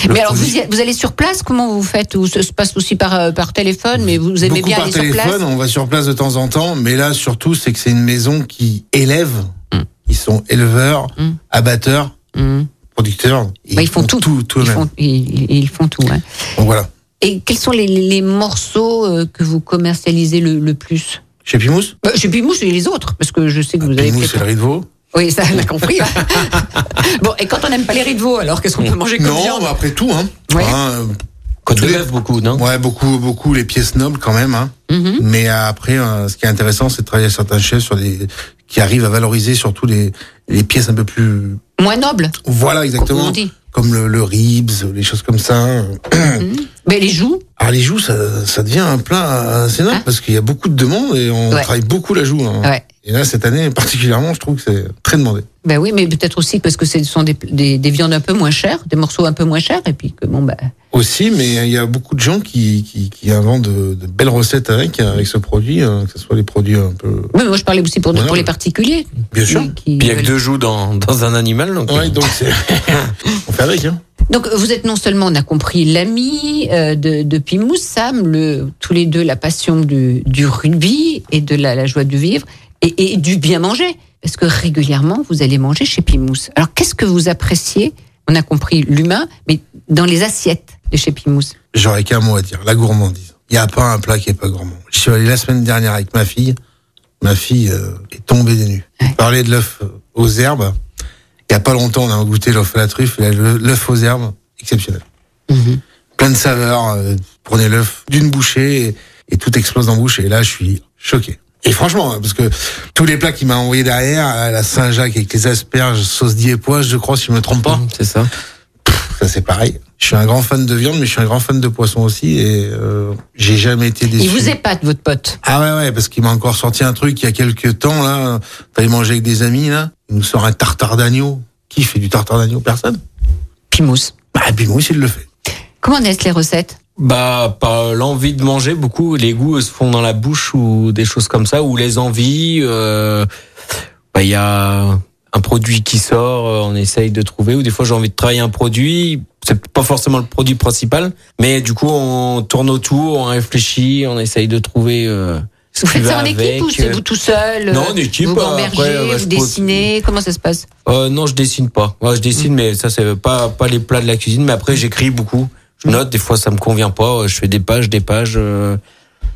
Speaker 3: le
Speaker 5: Mais alors,
Speaker 3: produit.
Speaker 5: vous, y- vous allez sur place Comment vous faites Ou ça se passe aussi par, euh, par téléphone Mais vous aimez
Speaker 3: Beaucoup
Speaker 5: bien
Speaker 3: par
Speaker 5: aller sur
Speaker 3: téléphone,
Speaker 5: place
Speaker 3: on va sur place de temps en temps, mais là surtout c'est que c'est une maison qui élève. Ils sont éleveurs,
Speaker 5: Mm.
Speaker 3: abateurs,
Speaker 5: Mhm.
Speaker 3: producteurs.
Speaker 5: Bah, ils font tout.
Speaker 3: tout,
Speaker 5: ils,
Speaker 3: eux-mêmes.
Speaker 5: font, ils, ils font tout. hein.
Speaker 3: Donc voilà.
Speaker 5: Et quels sont les, les morceaux euh, que vous commercialisez le, le plus
Speaker 3: Chez Pimousse,
Speaker 5: bah, Chez Pimousse et les autres, parce que je sais que vous avez
Speaker 3: Pimousse
Speaker 5: peut-être
Speaker 3: Ah, c'est le riz de veau.
Speaker 5: Oui, ça, on a compris. *laughs* bon, et quand on n'aime pas les riz de veau, alors qu'est-ce qu'on peut manger comme
Speaker 3: Non,
Speaker 5: viande
Speaker 3: bah, après tout, hein.
Speaker 5: Ouais.
Speaker 3: Hein, euh,
Speaker 6: Côte de
Speaker 3: Tous les-
Speaker 6: bœuf, beaucoup, non
Speaker 3: ouais, beaucoup, beaucoup les pièces nobles quand même. Hein.
Speaker 5: Mhm.
Speaker 3: Mais après, euh, ce qui est intéressant, c'est de travailler avec certains chefs sur des qui arrivent à valoriser surtout les les pièces un peu plus.
Speaker 5: Moins noble,
Speaker 3: Voilà,
Speaker 5: comme
Speaker 3: exactement.
Speaker 5: on dit.
Speaker 3: Comme le, le ribs, les choses comme ça.
Speaker 5: Mais les joues,
Speaker 3: Alors les joues, ça, ça devient un plat assez noble
Speaker 5: Hein
Speaker 3: parce qu'il y a beaucoup de demandes et on
Speaker 5: Ouais.
Speaker 3: travaille beaucoup la joue. hein.
Speaker 5: Ouais.
Speaker 3: Et là, cette année particulièrement, je trouve que c'est très demandé.
Speaker 5: ben oui, mais peut-être aussi parce que ce sont des, des, des viandes un peu moins chères, des morceaux un peu moins chers, et puis que bon, bah.
Speaker 3: Aussi, mais il y a beaucoup de gens qui, qui, qui inventent de, de belles recettes avec, avec ce produit, hein, que ce soit les produits un peu...
Speaker 5: Oui, mais moi, je parlais aussi pour,
Speaker 3: Ouais,
Speaker 5: pour
Speaker 3: ouais.
Speaker 5: les particuliers.
Speaker 3: Bien sûr.
Speaker 5: qui- qui
Speaker 6: Puis il y a que
Speaker 5: veulent-
Speaker 6: deux joues dans, dans un animal, donc.
Speaker 3: Ouais, donc c'est... *laughs* on fait avec, hein.
Speaker 5: Donc, vous êtes non seulement, on a compris, l'ami euh, de, de Pimous, Sam, le, tous les deux la passion du, du rugby et de la, la joie de vivre et, et du bien manger. Parce que régulièrement, vous allez manger chez Pimous. Alors, qu'est-ce que vous appréciez On a compris l'humain, mais dans les assiettes de chez Pimous.
Speaker 3: J'aurais qu'un mot à dire, la gourmandise. Il n'y a pas un plat qui est pas gourmand. Je suis allé la semaine dernière avec ma fille. Ma fille euh, est tombée des nues.
Speaker 5: Ouais.
Speaker 3: On parlait de l'œuf euh, aux herbes. Il n'y a pas longtemps, on a goûté l'œuf à la truffe. et là, le- L'œuf aux herbes, exceptionnel. Plein de saveurs. euh, prenez l'œuf d'une bouchée et, et tout explose en bouche. Et là, je suis choqué. Et franchement, hein, parce que tous les plats qu'il m'a envoyés derrière, euh, la Saint-Jacques avec les asperges, sauce diépoise, je crois, si je me trompe pas.
Speaker 6: Mmh, C'est ça.
Speaker 3: Ça c'est pareil. Je suis un grand fan de viande, mais je suis un grand fan de poisson aussi, et euh, j'ai jamais été déçu.
Speaker 5: Il vous épate, votre pote.
Speaker 3: Ah ouais ouais, parce qu'il m'a encore sorti un truc il y a quelques temps là. T'allais manger avec des amis là. Il nous sort un tartare d'agneau. Qui fait du tartare d'agneau Personne.
Speaker 5: Pimous.
Speaker 3: Bah puis moi aussi il le fait.
Speaker 5: Comment naissent les recettes
Speaker 6: Bah, par l'envie de manger, beaucoup les goûts euh, se font dans la bouche ou des choses comme ça, ou les envies. euh, bah, il y a un produit qui sort, euh, on essaye de trouver. Ou des fois, j'ai envie de travailler un produit. C'est pas forcément le produit principal, mais du coup, on tourne autour, on réfléchit, on essaye de trouver. euh, ce
Speaker 5: Vous
Speaker 6: qui
Speaker 5: faites
Speaker 6: va
Speaker 5: ça en équipe
Speaker 6: avec,
Speaker 5: ou c'est
Speaker 6: euh.
Speaker 5: vous tout seul
Speaker 6: Non,
Speaker 5: euh,
Speaker 6: en équipe, hein,
Speaker 5: Vous
Speaker 6: après,
Speaker 5: gambergez,
Speaker 6: ouais, je
Speaker 5: vous
Speaker 6: pose-
Speaker 5: dessinez, comment ça se passe
Speaker 6: Euh, non, je dessine pas. Ouais, je dessine, mais ça, c'est pas, pas les plats de la cuisine. Mais après, j'écris beaucoup. Je note, des fois, ça me convient pas. euh, Je fais des pages, des pages. euh,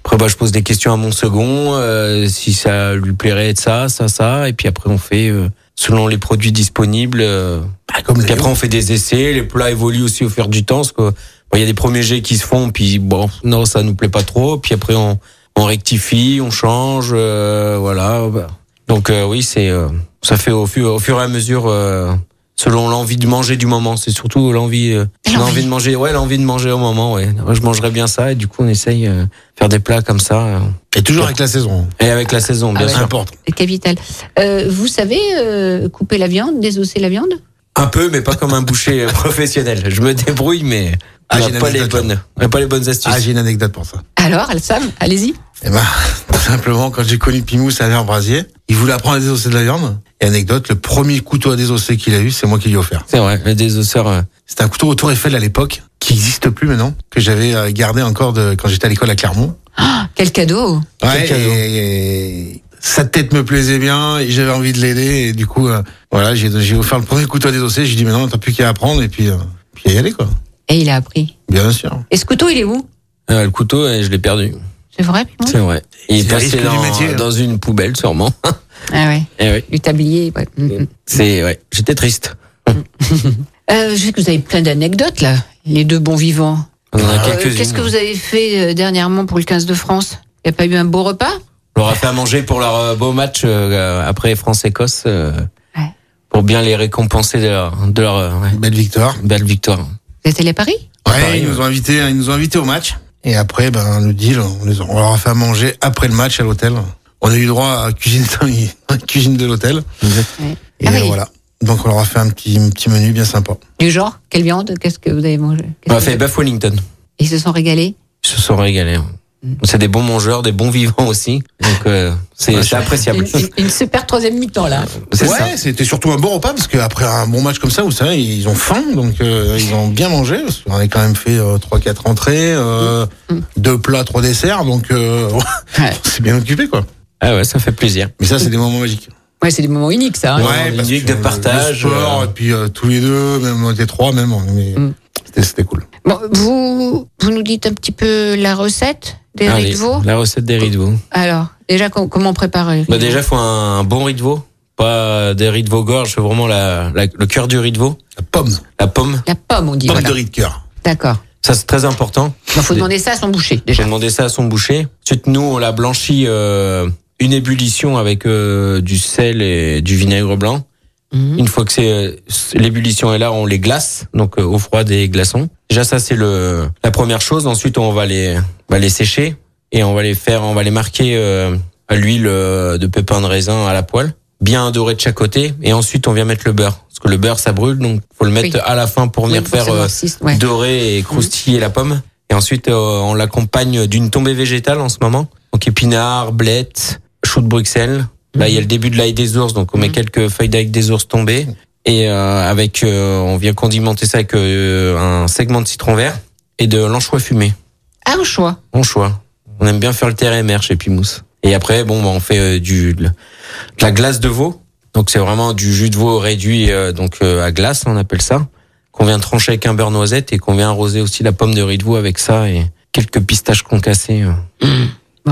Speaker 6: Après, bah, je pose des questions à mon second, euh, si ça lui plairait de ça, ça, ça. Et puis après, on fait, euh, selon les produits disponibles. euh,
Speaker 3: Bah, comme
Speaker 6: puis
Speaker 3: les
Speaker 6: après, on fait des essais. Les plats évoluent aussi au fur du temps. Parce que, bon, il y a des premiers jets qui se font, puis bon, non, ça nous plaît pas trop. Puis après, on, on rectifie, on change, euh, voilà. bah. Donc euh, oui, c'est euh, ça fait au fur, au fur et à mesure euh, selon l'envie de manger du moment. C'est surtout l'envie, euh,
Speaker 5: L'envie.
Speaker 6: l'envie de manger, ouais, l'envie de manger au moment. Ouais, Ouais, je mangerais bien ça et du coup on essaye euh, faire des plats comme ça euh.
Speaker 3: Et toujours avec la saison.
Speaker 6: et avec la saison, bien
Speaker 5: Ah ouais.
Speaker 6: sûr.
Speaker 3: N'importe.
Speaker 5: C'est capital. Euh, vous savez euh, couper la viande, désosser la viande
Speaker 6: Un peu, mais pas comme un boucher euh, *laughs* professionnel. Je me débrouille, mais on
Speaker 3: Ah,
Speaker 6: a
Speaker 3: j'ai une
Speaker 6: pas les
Speaker 3: anecdote,
Speaker 6: bonnes, on a pas les bonnes astuces.
Speaker 3: Ah j'ai une anecdote pour ça.
Speaker 5: Alors, Sam, allez-y.
Speaker 3: Eh ben, *laughs* tout simplement, quand j'ai connu Pimous à l'air brasier, il voulait apprendre à désosser de la viande. Et anecdote, le premier couteau à désosser qu'il a eu, c'est moi qui lui ai offert.
Speaker 6: c'est vrai, le désosseur. euh,
Speaker 3: C'était un couteau au tour Eiffel à l'époque, qui n'existe plus maintenant, que j'avais euh, gardé encore de, quand j'étais à l'école à Clermont.
Speaker 5: Ah, Quel cadeau
Speaker 3: Ouais,
Speaker 6: cadeau.
Speaker 3: et- et sa tête me plaisait bien, et j'avais envie de l'aider, et du coup, euh, voilà, j'ai j'ai offert le premier couteau à désosser, j'ai dit, mais non, t'as plus qu'à apprendre, et puis, euh, puis à y aller, quoi.
Speaker 5: Et il a appris.
Speaker 3: Bien sûr.
Speaker 5: Et ce couteau, il est où
Speaker 6: euh, le couteau, euh, je l'ai perdu.
Speaker 5: C'est vrai Pimou
Speaker 6: C'est vrai. Il est
Speaker 3: Mmh. C'est le risque
Speaker 6: passé
Speaker 3: du métier,
Speaker 6: dans,
Speaker 3: hein.
Speaker 6: dans une poubelle, sûrement. *laughs*
Speaker 5: Ah ouais,
Speaker 6: Eh oui.
Speaker 5: du tablier. ouais. Mm, mm.
Speaker 6: C'est ouais. J'étais triste.
Speaker 5: Euh, je sais que vous avez plein d'anecdotes là, les deux bons vivants.
Speaker 6: On en a
Speaker 3: Ah,
Speaker 5: Euh,
Speaker 6: quelques-unes.
Speaker 5: Qu'est-ce que vous avez fait euh, dernièrement pour le 15 de France Il n'y a pas eu un beau repas
Speaker 6: On leur a fait à manger pour leur euh, beau match euh, après France-Écosse euh,
Speaker 5: Ouais.
Speaker 6: pour bien les récompenser de leur, de leur euh, ouais,
Speaker 3: Belle victoire.
Speaker 6: belle victoire.
Speaker 5: Vous êtes allé à Paris
Speaker 3: Ouais,
Speaker 6: Pareil,
Speaker 3: ils nous
Speaker 6: ouais.
Speaker 3: ont invités, ils nous ont invités au match. Et après, ben, le deal, on, les a- on leur a fait à manger après le match à l'hôtel. On a eu droit à la cuisine, *laughs* à la cuisine de l'hôtel.
Speaker 5: Ouais.
Speaker 3: Et
Speaker 5: Ah oui.
Speaker 3: voilà. Donc, on leur a fait un petit, un petit menu bien sympa.
Speaker 5: Du genre Quelle viande Qu'est-ce que vous avez mangé Qu'est-ce
Speaker 6: On a
Speaker 5: que-
Speaker 6: fait Buff Wellington.
Speaker 5: Ils se sont régalés
Speaker 6: Ils se sont régalés. hein.
Speaker 3: Mmh.
Speaker 6: C'est des bons mangeurs, des bons vivants aussi. Donc euh, c'est c'est appréciable.
Speaker 5: Une- une- une super troisième mi-temps là.
Speaker 6: C'est ça.
Speaker 3: Ouais, c'était surtout un bon repas parce qu'après un bon match comme ça, vous savez, ils ont faim, donc euh, ils ont bien mangé. Parce qu'on a quand même fait euh, trois, quatre entrées, euh, deux plats, trois desserts, donc euh,
Speaker 5: Mm.
Speaker 3: *laughs*
Speaker 5: Ouais.
Speaker 3: c'est bien occupé quoi.
Speaker 6: Ah ouais, ça fait plaisir.
Speaker 3: Mais ça, c'est des moments magiques.
Speaker 5: Ouais, c'est des moments uniques
Speaker 3: Ah
Speaker 5: ça. hein.
Speaker 6: Ouais, une musique de
Speaker 3: le
Speaker 6: partage,
Speaker 3: sport,
Speaker 6: euh.
Speaker 3: et puis euh, tous les deux, même on était trois, même. on- mais
Speaker 5: Mm.
Speaker 3: c'était- C'était cool.
Speaker 5: Bon, vous, vous nous dites un petit peu la recette des
Speaker 3: euh,
Speaker 6: Allez,
Speaker 5: riz de veau
Speaker 6: La recette des riz de veau.
Speaker 5: Alors, déjà, com- comment préparer
Speaker 6: Bah déjà, faut un, bon riz de veau, pas des riz de veau gorge, faut vraiment la, la- le cœur du riz de veau,
Speaker 3: La pomme,
Speaker 6: la pomme.
Speaker 5: La pomme, on dit.
Speaker 3: pomme
Speaker 5: voilà.
Speaker 3: de riz de cœur.
Speaker 5: D'accord.
Speaker 6: Ça c'est très important.
Speaker 5: Il faut demander ça à son boucher, déjà.
Speaker 6: J'ai demandé ça à son boucher. Ensuite, nous, on l'a blanchi euh, une ébullition avec euh, du sel et du vinaigre blanc.
Speaker 5: Mhm.
Speaker 6: Une fois que c'est euh, l'ébullition est là, on les glace, donc euh, au froid des glaçons. Déjà ça c'est le la première chose. Ensuite on va les on va les sécher et on va les faire, on va les marquer euh, à l'huile euh, de pépins de raisin à la poêle, bien doré de chaque côté. Et ensuite on vient mettre le beurre parce que le beurre ça brûle, donc faut le mettre
Speaker 5: Oui.
Speaker 6: à la fin pour venir
Speaker 5: Oui, pour
Speaker 6: faire
Speaker 5: savoir
Speaker 6: euh,
Speaker 5: si- ouais. Mhm.
Speaker 6: doré et croustiller la pomme. Et ensuite, euh, on l'accompagne d'une tombée végétale en ce moment. Donc épinards, blettes, choux de Bruxelles. Là, il y a le début de l'ail des ours, donc on met
Speaker 5: Mhm.
Speaker 6: quelques feuilles d'ail des ours tombées. Et euh, avec, euh, on vient condimenter ça avec euh, un segment de citron vert et de l'anchois fumé.
Speaker 5: Ah, au choix.
Speaker 6: Anchois. On aime bien faire le TRMR chez Pimousse. Et après, bon, bah, on fait euh, du de la- de la glace de veau. Donc c'est vraiment du jus de veau réduit euh, donc euh, à glace, on appelle ça, qu'on vient trancher avec un beurre noisette et qu'on vient arroser aussi la pomme de riz de veau avec ça et quelques pistaches concassées. euh. Et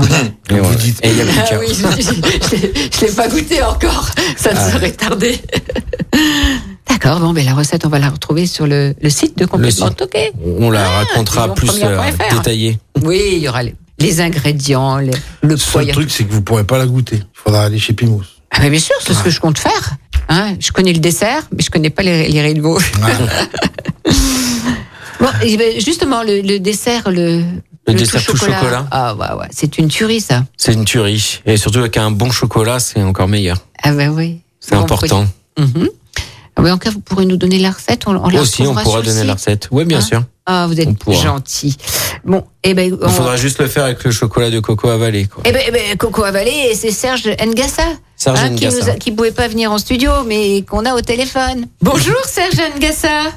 Speaker 3: Comme vous
Speaker 6: voilà.
Speaker 3: dites.
Speaker 6: Et il y a plus qu'à.
Speaker 5: Ah je ne l'ai pas goûté encore. Ça ne serait tardé. D'accord, bon, ben, la recette, on va la retrouver sur le, le site de Complètement
Speaker 6: site.
Speaker 5: Toqué.
Speaker 6: On la
Speaker 5: Ah,
Speaker 6: racontera
Speaker 5: disons
Speaker 6: plus euh,
Speaker 5: première.fr.
Speaker 6: détaillée.
Speaker 5: Oui, il y aura les, les ingrédients, les- le
Speaker 3: Le
Speaker 5: poids.
Speaker 3: seul
Speaker 5: il y a-
Speaker 3: truc, c'est que vous pourrez pas la goûter. Il faudra aller chez Pimous.
Speaker 5: Ah, mais bien sûr, c'est ce que je compte faire. Hein, je connais le dessert, mais je connais pas les, les riz de veau. *laughs* Bon, et ben, justement, le, le dessert, le,
Speaker 6: Le dessert
Speaker 5: tout
Speaker 6: tout chocolat.
Speaker 5: Ah ouais, ouais, c'est une tuerie ça.
Speaker 6: C'est une tuerie. Et surtout avec un bon chocolat, c'est encore meilleur.
Speaker 5: Ah bah oui.
Speaker 6: C'est
Speaker 5: Bon
Speaker 6: important.
Speaker 5: produit. Mhm. Ah bah, en cas, vous pourrez nous donner la recette. On, on la
Speaker 6: Aussi, on
Speaker 5: retrouvera
Speaker 6: pourra
Speaker 5: sur le
Speaker 6: donner la
Speaker 5: site.
Speaker 6: recette. Oui, bien
Speaker 5: Hein
Speaker 6: sûr.
Speaker 5: Ah, vous
Speaker 6: On
Speaker 5: êtes
Speaker 6: pourra.
Speaker 5: gentil. Bon, eh ben, on-
Speaker 6: Il faudra juste le faire avec le chocolat de coco avalé. Quoi.
Speaker 5: eh ben, eh ben, Coco Avalé, et c'est Serge Ngassa,
Speaker 6: Serge
Speaker 5: hein, qui
Speaker 6: Ngassa.
Speaker 5: nous a- qui pouvait pas venir en studio, mais qu'on a au téléphone. Bonjour Serge Ngassa.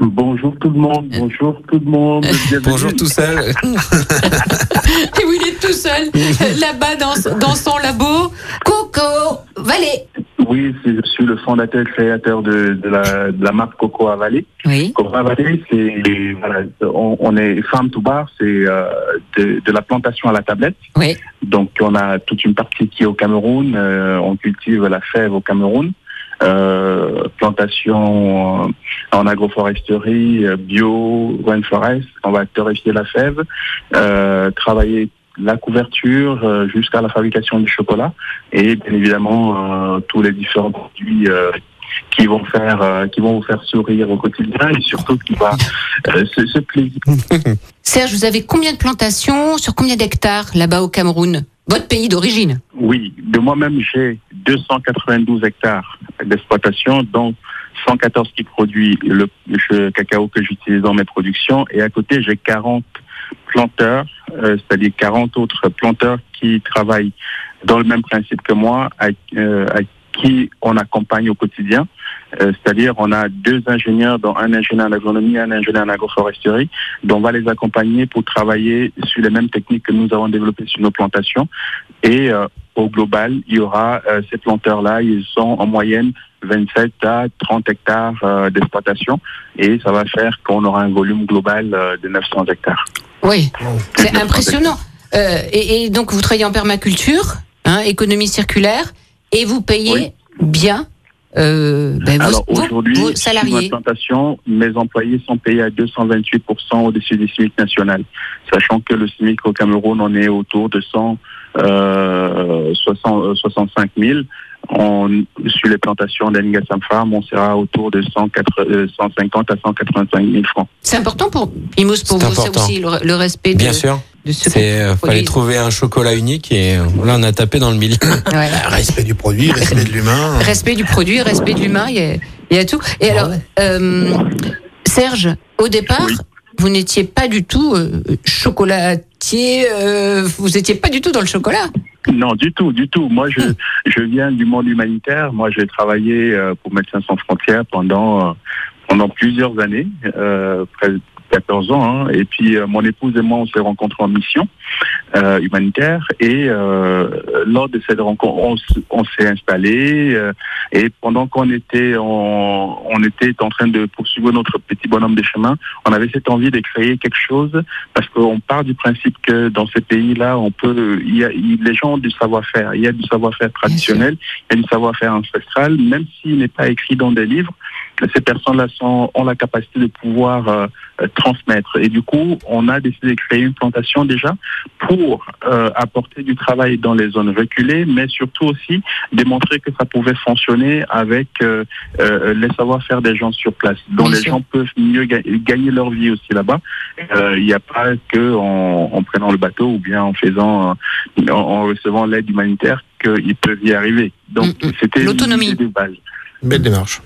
Speaker 10: Bonjour tout le monde, bonjour tout le *laughs* monde.
Speaker 6: Bonjour tout seul.
Speaker 5: Ah, *laughs* Et où il est tout seul, euh, là-bas dans, dans son labo. Coco, Valé.
Speaker 10: Oui, c'est- je suis le fondateur et créateur de, de la, de la marque Coco à Vallée.
Speaker 5: Oui.
Speaker 10: Coco à Vallée, c'est voilà, on, on est farm to bar, c'est euh, de, de la plantation à la tablette.
Speaker 5: Oui.
Speaker 10: Donc on a toute une partie qui est au Cameroun, euh, on cultive la fève au Cameroun, euh, plantation euh, en agroforesterie, euh, bio, rainforest, on va torréfier la fève, euh, travailler la couverture euh, jusqu'à la fabrication du chocolat et bien évidemment euh, tous les différents produits euh, qui vont faire euh, qui vont vous faire sourire au quotidien et surtout qui va euh, se, se plaisir
Speaker 5: Serge, vous avez combien de plantations sur combien d'hectares là-bas au Cameroun Votre pays d'origine
Speaker 10: Oui, de moi-même, j'ai 292 hectares d'exploitation, dont 114 qui produit le, le cacao que j'utilise dans mes productions. Et à côté, j'ai 40 planteurs, euh, c'est-à-dire 40 autres planteurs qui travaillent dans le même principe que moi, à, euh, à qui on accompagne au quotidien. Euh, c'est-à-dire, on a deux ingénieurs, dont un ingénieur en agronomie et un ingénieur en agroforesterie, dont on va les accompagner pour travailler sur les mêmes techniques que nous avons développées sur nos plantations. Et euh, au global, il y aura euh, ces planteurs-là, ils sont en moyenne 27 à 30 hectares euh, d'exploitation et ça va faire qu'on aura un volume global euh, de 900 hectares.
Speaker 5: Oui. C'est
Speaker 10: D'accord.
Speaker 5: impressionnant. Euh, et, et donc, vous travaillez en permaculture, hein, économie circulaire, et vous payez
Speaker 10: Oui.
Speaker 5: bien euh, ben, vos-
Speaker 10: Alors
Speaker 5: vos-
Speaker 10: aujourd'hui,
Speaker 5: vos
Speaker 10: sur ma
Speaker 5: salariés.
Speaker 10: plantation, mes employés sont payés à 228% au-dessus du SMIC national, sachant que le SMIC au Cameroun, on est autour de 100, euh, 60, euh, 65 000. On, sur les plantations d'Angassam Farm, on sera autour de 104 euh, 150 à 185 000 francs.
Speaker 5: C'est important pour Imos pour
Speaker 6: C'est
Speaker 5: vous, c'est
Speaker 6: important.
Speaker 5: aussi le, le respect de.
Speaker 6: Bien sûr. C'est euh, fallait
Speaker 5: produisent.
Speaker 6: trouver un chocolat unique et euh, là on a tapé dans le mille.
Speaker 5: Ouais.
Speaker 3: Respect du produit,
Speaker 5: *laughs*
Speaker 3: respect de l'humain.
Speaker 5: Respect du produit, respect de l'humain, il y a- il y, a tout. Et alors, euh, Serge, au départ, vous n'étiez pas du tout euh, chocolatier, euh, vous n'étiez pas du tout dans le chocolat.
Speaker 10: Non, du tout, du tout. Moi, je, je viens du monde humanitaire. Moi, j'ai travaillé euh, pour Médecins sans frontières pendant, euh, pendant plusieurs années, euh, près de 14 ans. hein. Et puis, euh, mon épouse et moi, on s'est rencontrés en mission euh, humanitaire. Et euh, lors de cette rencontre, on, s- on s'est installé. euh, et pendant qu'on était, en- on était en train de poursuivre notre petit bonhomme de chemin, on avait cette envie de créer quelque chose parce qu'on part du principe que dans ces pays-là, on peut, il y a, il- les gens ont du savoir-faire. Il y a du savoir-faire traditionnel, il y a du savoir-faire ancestral, même s'il n'est pas écrit dans des livres. Ces personnes-là sont- ont la capacité de pouvoir euh, euh, transmettre. Et du coup, on a décidé de créer une plantation déjà pour euh, apporter du travail dans les zones reculées, mais surtout aussi démontrer que ça pouvait fonctionner avec euh, euh, les savoir-faire des gens sur place, dont
Speaker 5: Bien
Speaker 10: les
Speaker 5: sûr.
Speaker 10: gens peuvent mieux ga- gagner leur vie aussi là-bas. Euh, Il n'y a pas que en, en prenant le bateau ou bien en faisant, euh, en, en recevant l'aide humanitaire qu'ils peuvent y arriver. Donc c'était
Speaker 5: Mm, L'autonomie.
Speaker 10: l'idée de base.
Speaker 3: Belle démarche.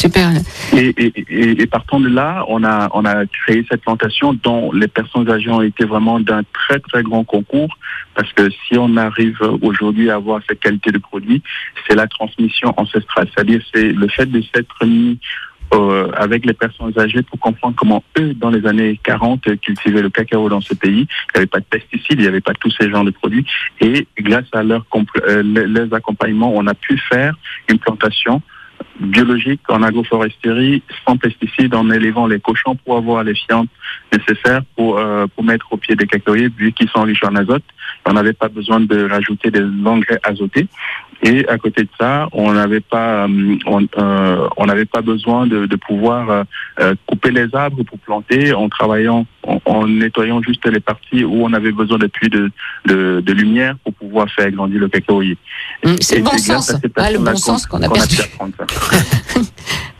Speaker 5: Super.
Speaker 10: Et, et, et, et partant de là, on a, on a créé cette plantation dont les personnes âgées ont été vraiment d'un très très grand concours parce que si on arrive aujourd'hui à avoir cette qualité de produit, c'est la transmission ancestrale. C'est-à-dire c'est le fait de s'être mis euh, avec les personnes âgées pour comprendre comment eux, dans les années 40, euh, cultivaient le cacao dans ce pays. Il n'y avait pas de pesticides, il n'y avait pas tous ces genres de produits. Et grâce à leur compl- euh, le- leurs accompagnements, on a pu faire une plantation biologique en agroforesterie sans pesticides en élevant les cochons pour avoir les fientes nécessaires pour, euh, pour mettre au pied des cacaoyers vu qu'ils sont riches en azote. On n'avait pas besoin de rajouter des engrais azotés. Et à côté de ça, on n'avait pas, euh, on euh, on n'avait pas besoin de, de pouvoir euh, euh, couper les arbres pour planter en travaillant, en, en nettoyant juste les parties où on avait besoin d'appui de, de, de lumière pour pouvoir faire grandir le cacaoyer.
Speaker 5: Hum, c'est
Speaker 10: Et
Speaker 5: le bon
Speaker 10: grâce
Speaker 5: sens.
Speaker 10: à ces
Speaker 5: Ah, le bon
Speaker 10: personnes-là
Speaker 5: sens qu'on a
Speaker 10: qu'on
Speaker 5: perdu.
Speaker 10: pu apprendre ça.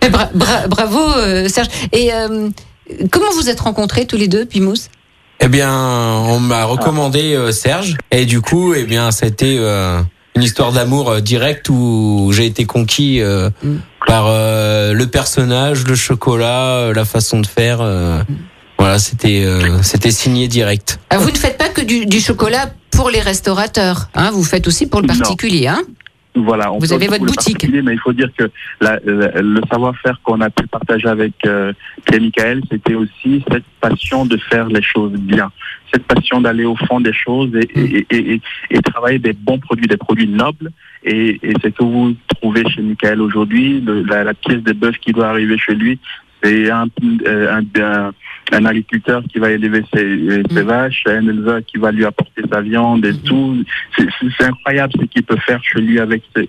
Speaker 5: Eh, bra- bra- bravo, euh, Serge. Et euh, comment vous êtes rencontrés tous les deux, Pimous
Speaker 6: *laughs* Eh bien, on m'a recommandé euh, Serge et du coup, eh bien, c'était euh, une histoire d'amour euh, directe où j'ai été conquis euh,
Speaker 5: Mm.
Speaker 6: par euh, le personnage, le chocolat, euh, la façon de faire. euh,
Speaker 5: Mm.
Speaker 6: Voilà, c'était euh, c'était signé direct.
Speaker 5: Ah, Vous ne faites pas que du, du chocolat pour les restaurateurs, hein, vous faites aussi pour le
Speaker 10: Non.
Speaker 5: particulier. Hein
Speaker 10: Voilà, on
Speaker 5: Vous
Speaker 10: peut
Speaker 5: avez
Speaker 10: aussi
Speaker 5: votre
Speaker 10: le
Speaker 5: boutique.
Speaker 10: particulier, Mais il faut dire que la- la- le savoir-faire qu'on a pu partager avec euh, Pierre Michael, c'était aussi cette passion de faire les choses bien, cette passion d'aller au fond des choses et,
Speaker 5: Mm.
Speaker 10: et, et- et- et travailler des bons produits, des produits nobles. Et, et c'est ce que vous trouvez chez Michael aujourd'hui, le- la, la pièce de bœuf qui doit arriver chez lui. C'est un, euh, un- un- un agriculteur qui va élever ses, euh,
Speaker 5: Mm.
Speaker 10: ses vaches, un éleveur qui va lui apporter sa viande et tout. C'est- c'est- C'est incroyable ce qu'il peut faire chez lui avec ses,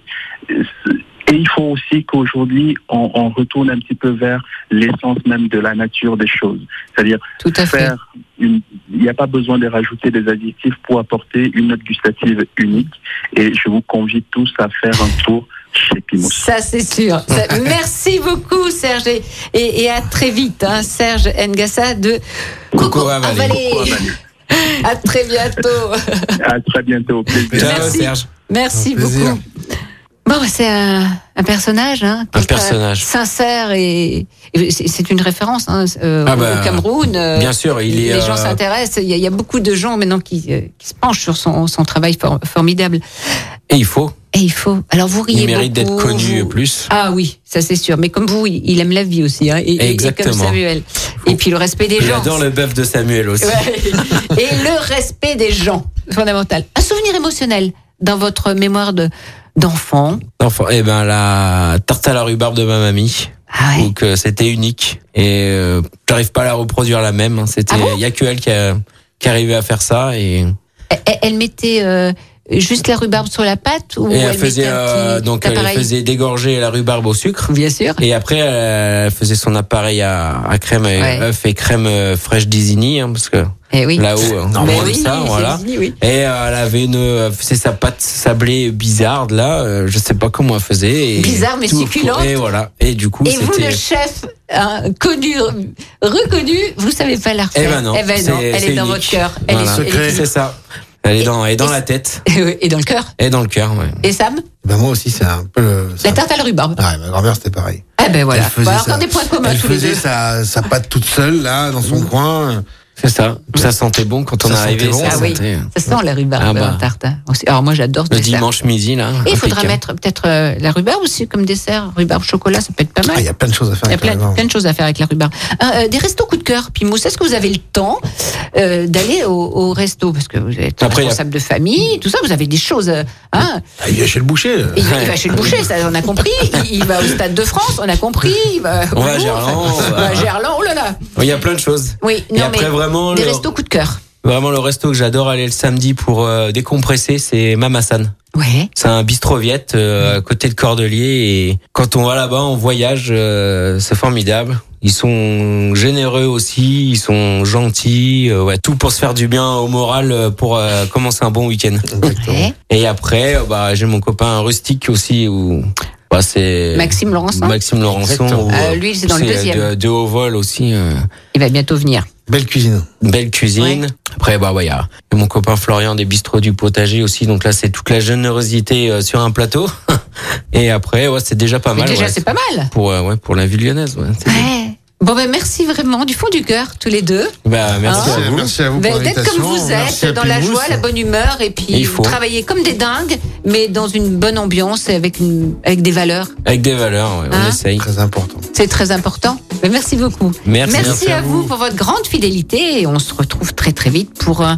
Speaker 10: et il faut aussi qu'aujourd'hui, on, on retourne un petit peu vers l'essence même de la nature des choses. C'est-à-dire faire une... Il n'y a pas besoin de rajouter des additifs pour apporter une note gustative unique. Et je vous convie tous à faire un tour chez Pimous.
Speaker 5: Ça, c'est sûr. Ça-
Speaker 6: *laughs*
Speaker 5: merci beaucoup, Serge. Et, et- et à très vite, hein, Serge Ngassa de
Speaker 6: Coco
Speaker 5: Avalé. À très bientôt.
Speaker 10: À très bientôt. Au plaisir.
Speaker 6: Ciao, Serge.
Speaker 5: Merci beaucoup. Bon, c'est un, un personnage, hein,
Speaker 6: Un
Speaker 5: quelqu'un
Speaker 6: personnage.
Speaker 5: sincère et, et c'est c'est une référence hein, euh,
Speaker 6: Ah bah,
Speaker 5: au Cameroun. euh,
Speaker 6: bien sûr, il est,
Speaker 5: Les gens
Speaker 6: euh,
Speaker 5: s'intéressent. Il y, a- il y a beaucoup de gens maintenant qui, euh, qui se penchent sur son, son travail for- formidable.
Speaker 6: Et il faut,
Speaker 5: Et il faut. Alors vous riez
Speaker 6: il mérite d'être
Speaker 5: beaucoup,
Speaker 6: connu
Speaker 5: vous-
Speaker 6: plus.
Speaker 5: Ah oui, ça c'est sûr. Mais comme vous, il il aime la vie aussi, hein, et- et, et comme
Speaker 6: Exactement.
Speaker 5: Samuel. Et puis le respect des gens.
Speaker 6: J'adore le bœuf de Samuel aussi.
Speaker 5: Ouais. Et le respect des gens, fondamental. Un souvenir émotionnel dans votre mémoire de d'enfant.
Speaker 6: Enfin, eh ben la tarte à la rhubarbe de ma mamie.
Speaker 5: Ah
Speaker 6: Donc euh, c'était unique et euh, j'arrive pas à la reproduire la
Speaker 5: Ah
Speaker 6: même. hein. C'était, il y a que elle qui, a- qui arrivait à faire ça et
Speaker 5: Elle, elle mettait euh, juste la rhubarbe sur la pâte ou
Speaker 6: Et elle,
Speaker 5: elle
Speaker 6: faisait
Speaker 5: mettait un
Speaker 6: euh,
Speaker 5: petit
Speaker 6: donc elle
Speaker 5: appareil
Speaker 6: faisait dégorger la rhubarbe au sucre.
Speaker 5: Bien sûr.
Speaker 6: Et après euh, elle faisait son appareil à, à crème et
Speaker 5: Ouais.
Speaker 6: œuf et crème euh, fraîche d'Isigny hein, parce que
Speaker 5: Eh oui.
Speaker 6: là-haut euh, on
Speaker 5: Mais
Speaker 6: mange
Speaker 5: oui,
Speaker 6: ça
Speaker 5: c'est
Speaker 6: voilà.
Speaker 5: Disney, oui.
Speaker 6: Et euh, elle avait une euh, c'est sa pâte sablée bizarre là, euh, je sais pas comment elle faisait et
Speaker 5: Bizarre, mais
Speaker 6: tout-
Speaker 5: succulente.
Speaker 6: Et voilà. Et du coup
Speaker 5: Et vous,
Speaker 6: c'était euh,
Speaker 5: le chef hein, connu, reconnu, vous savez pas la refaire.
Speaker 6: Eh ben non, c'est-
Speaker 5: elle est,
Speaker 6: c'est
Speaker 5: dans
Speaker 6: unique.
Speaker 5: votre cœur. Elle
Speaker 6: Voilà.
Speaker 5: est, elle est-
Speaker 6: c'est ça. Elle est dans, elle est dans la tête
Speaker 5: *laughs* et dans le cœur.
Speaker 6: et dans le cœur. Ouais.
Speaker 5: Et Sam,
Speaker 3: Ben moi aussi, c'est un peu. le-
Speaker 5: la tarte à la rhubarbe.
Speaker 3: Ah, ma grand-mère, c'était pareil.
Speaker 5: Eh ben voilà.
Speaker 3: Elle faisait
Speaker 5: Voilà,
Speaker 3: ça.
Speaker 5: encore des points communs
Speaker 3: Elle
Speaker 5: tous les
Speaker 3: faisait
Speaker 5: deux. Mm.
Speaker 3: sa, sa pâte toute seule, là, dans son coin.
Speaker 6: C'est ça. Ça sentait bon quand on
Speaker 3: Ça
Speaker 6: arrivait.
Speaker 3: sentait
Speaker 6: ça
Speaker 3: bon,
Speaker 5: Ah oui,
Speaker 6: sentait- euh,
Speaker 5: ça sent la rhubarbe
Speaker 6: Ah bah.
Speaker 5: en tarte. hein. Aussi- Alors moi, j'adore ce
Speaker 6: Le
Speaker 5: dessert.
Speaker 6: dimanche midi là.
Speaker 5: Et il faudra
Speaker 6: impeccable.
Speaker 5: mettre peut-être euh, la rhubarbe aussi comme dessert. Rhubarbe chocolat, ça peut être pas
Speaker 3: Ah,
Speaker 5: mal.
Speaker 3: Il y a plein de choses à faire.
Speaker 5: Il y a
Speaker 3: avec la
Speaker 5: plein,
Speaker 3: grand-mère.
Speaker 5: plein de choses à faire avec la rhubarbe. Ah, euh, des restos coup de cœur. Puis Moussa, est-ce que vous avez le temps euh, d'aller au, au resto Parce que vous êtes
Speaker 6: Après,
Speaker 5: responsable de famille, tout ça, vous avez des choses. euh, Hein
Speaker 3: Ah, il y a chez le boucher.
Speaker 5: il, il va chez le boucher, ça, on a compris. Il, il va au Stade de France, on a compris. Il va,
Speaker 6: On va à
Speaker 5: au-
Speaker 6: Gerland,
Speaker 5: on
Speaker 6: on
Speaker 5: va
Speaker 6: va-
Speaker 5: à Gerland, oh là là
Speaker 6: Il y a plein de choses.
Speaker 5: Oui,
Speaker 6: Et
Speaker 5: non
Speaker 6: après,
Speaker 5: mais
Speaker 6: vraiment,
Speaker 5: des
Speaker 6: le-
Speaker 5: restos coup de cœur.
Speaker 6: Vraiment, le resto que j'adore aller le samedi pour euh, décompresser, c'est Mamasan.
Speaker 5: Ouais.
Speaker 6: C'est un bistrot viette euh, à côté de Cordelier. Et quand on va là-bas, on voyage, euh, c'est formidable. Ils sont généreux aussi, ils sont gentils. euh, ouais, tout pour se faire du bien au moral, euh, pour euh, commencer un bon week-end.
Speaker 5: ouais.
Speaker 6: Et après, euh, bah, j'ai mon copain rustique aussi, où bah, c'est
Speaker 5: Maxime Laurence, hein,
Speaker 6: Maxime Laurençon.
Speaker 3: Exactement.
Speaker 6: où,
Speaker 5: Euh,
Speaker 6: euh,
Speaker 5: lui, c'est dans le deuxième.
Speaker 6: De, de haut vol aussi. euh,
Speaker 5: il va bientôt venir.
Speaker 3: Belle cuisine.
Speaker 6: une belle cuisine. Après, bah, ouais, il y a mon copain Florian des bistrots du potager aussi. Donc là, c'est toute la générosité euh, sur un plateau. *laughs* Et après, ouais, c'est déjà pas
Speaker 5: Mais
Speaker 6: mal.
Speaker 5: déjà,
Speaker 6: ouais.
Speaker 5: c'est pas mal.
Speaker 6: Pour, euh, ouais, pour la ville lyonnaise, ouais. C'est-
Speaker 5: Ouais. Bon, ben merci vraiment du fond du cœur, tous les deux.
Speaker 6: Bah, merci
Speaker 5: Hein
Speaker 6: à vous.
Speaker 3: Merci à vous
Speaker 5: Ben,
Speaker 3: pour
Speaker 5: D'être comme
Speaker 3: l'invitation.
Speaker 5: vous
Speaker 3: Merci à
Speaker 5: êtes, dans la
Speaker 3: Pimousse.
Speaker 5: joie, la bonne humeur, et puis
Speaker 6: Et il faut.
Speaker 5: travailler comme des dingues, mais dans une bonne ambiance et avec, une, avec des valeurs.
Speaker 6: Avec des valeurs, ouais,
Speaker 5: Hein
Speaker 6: on essaye.
Speaker 3: Très important.
Speaker 5: C'est très important. Mais merci beaucoup.
Speaker 6: Merci. Merci
Speaker 5: à
Speaker 6: à
Speaker 5: vous pour votre grande fidélité et on se retrouve très très vite pour un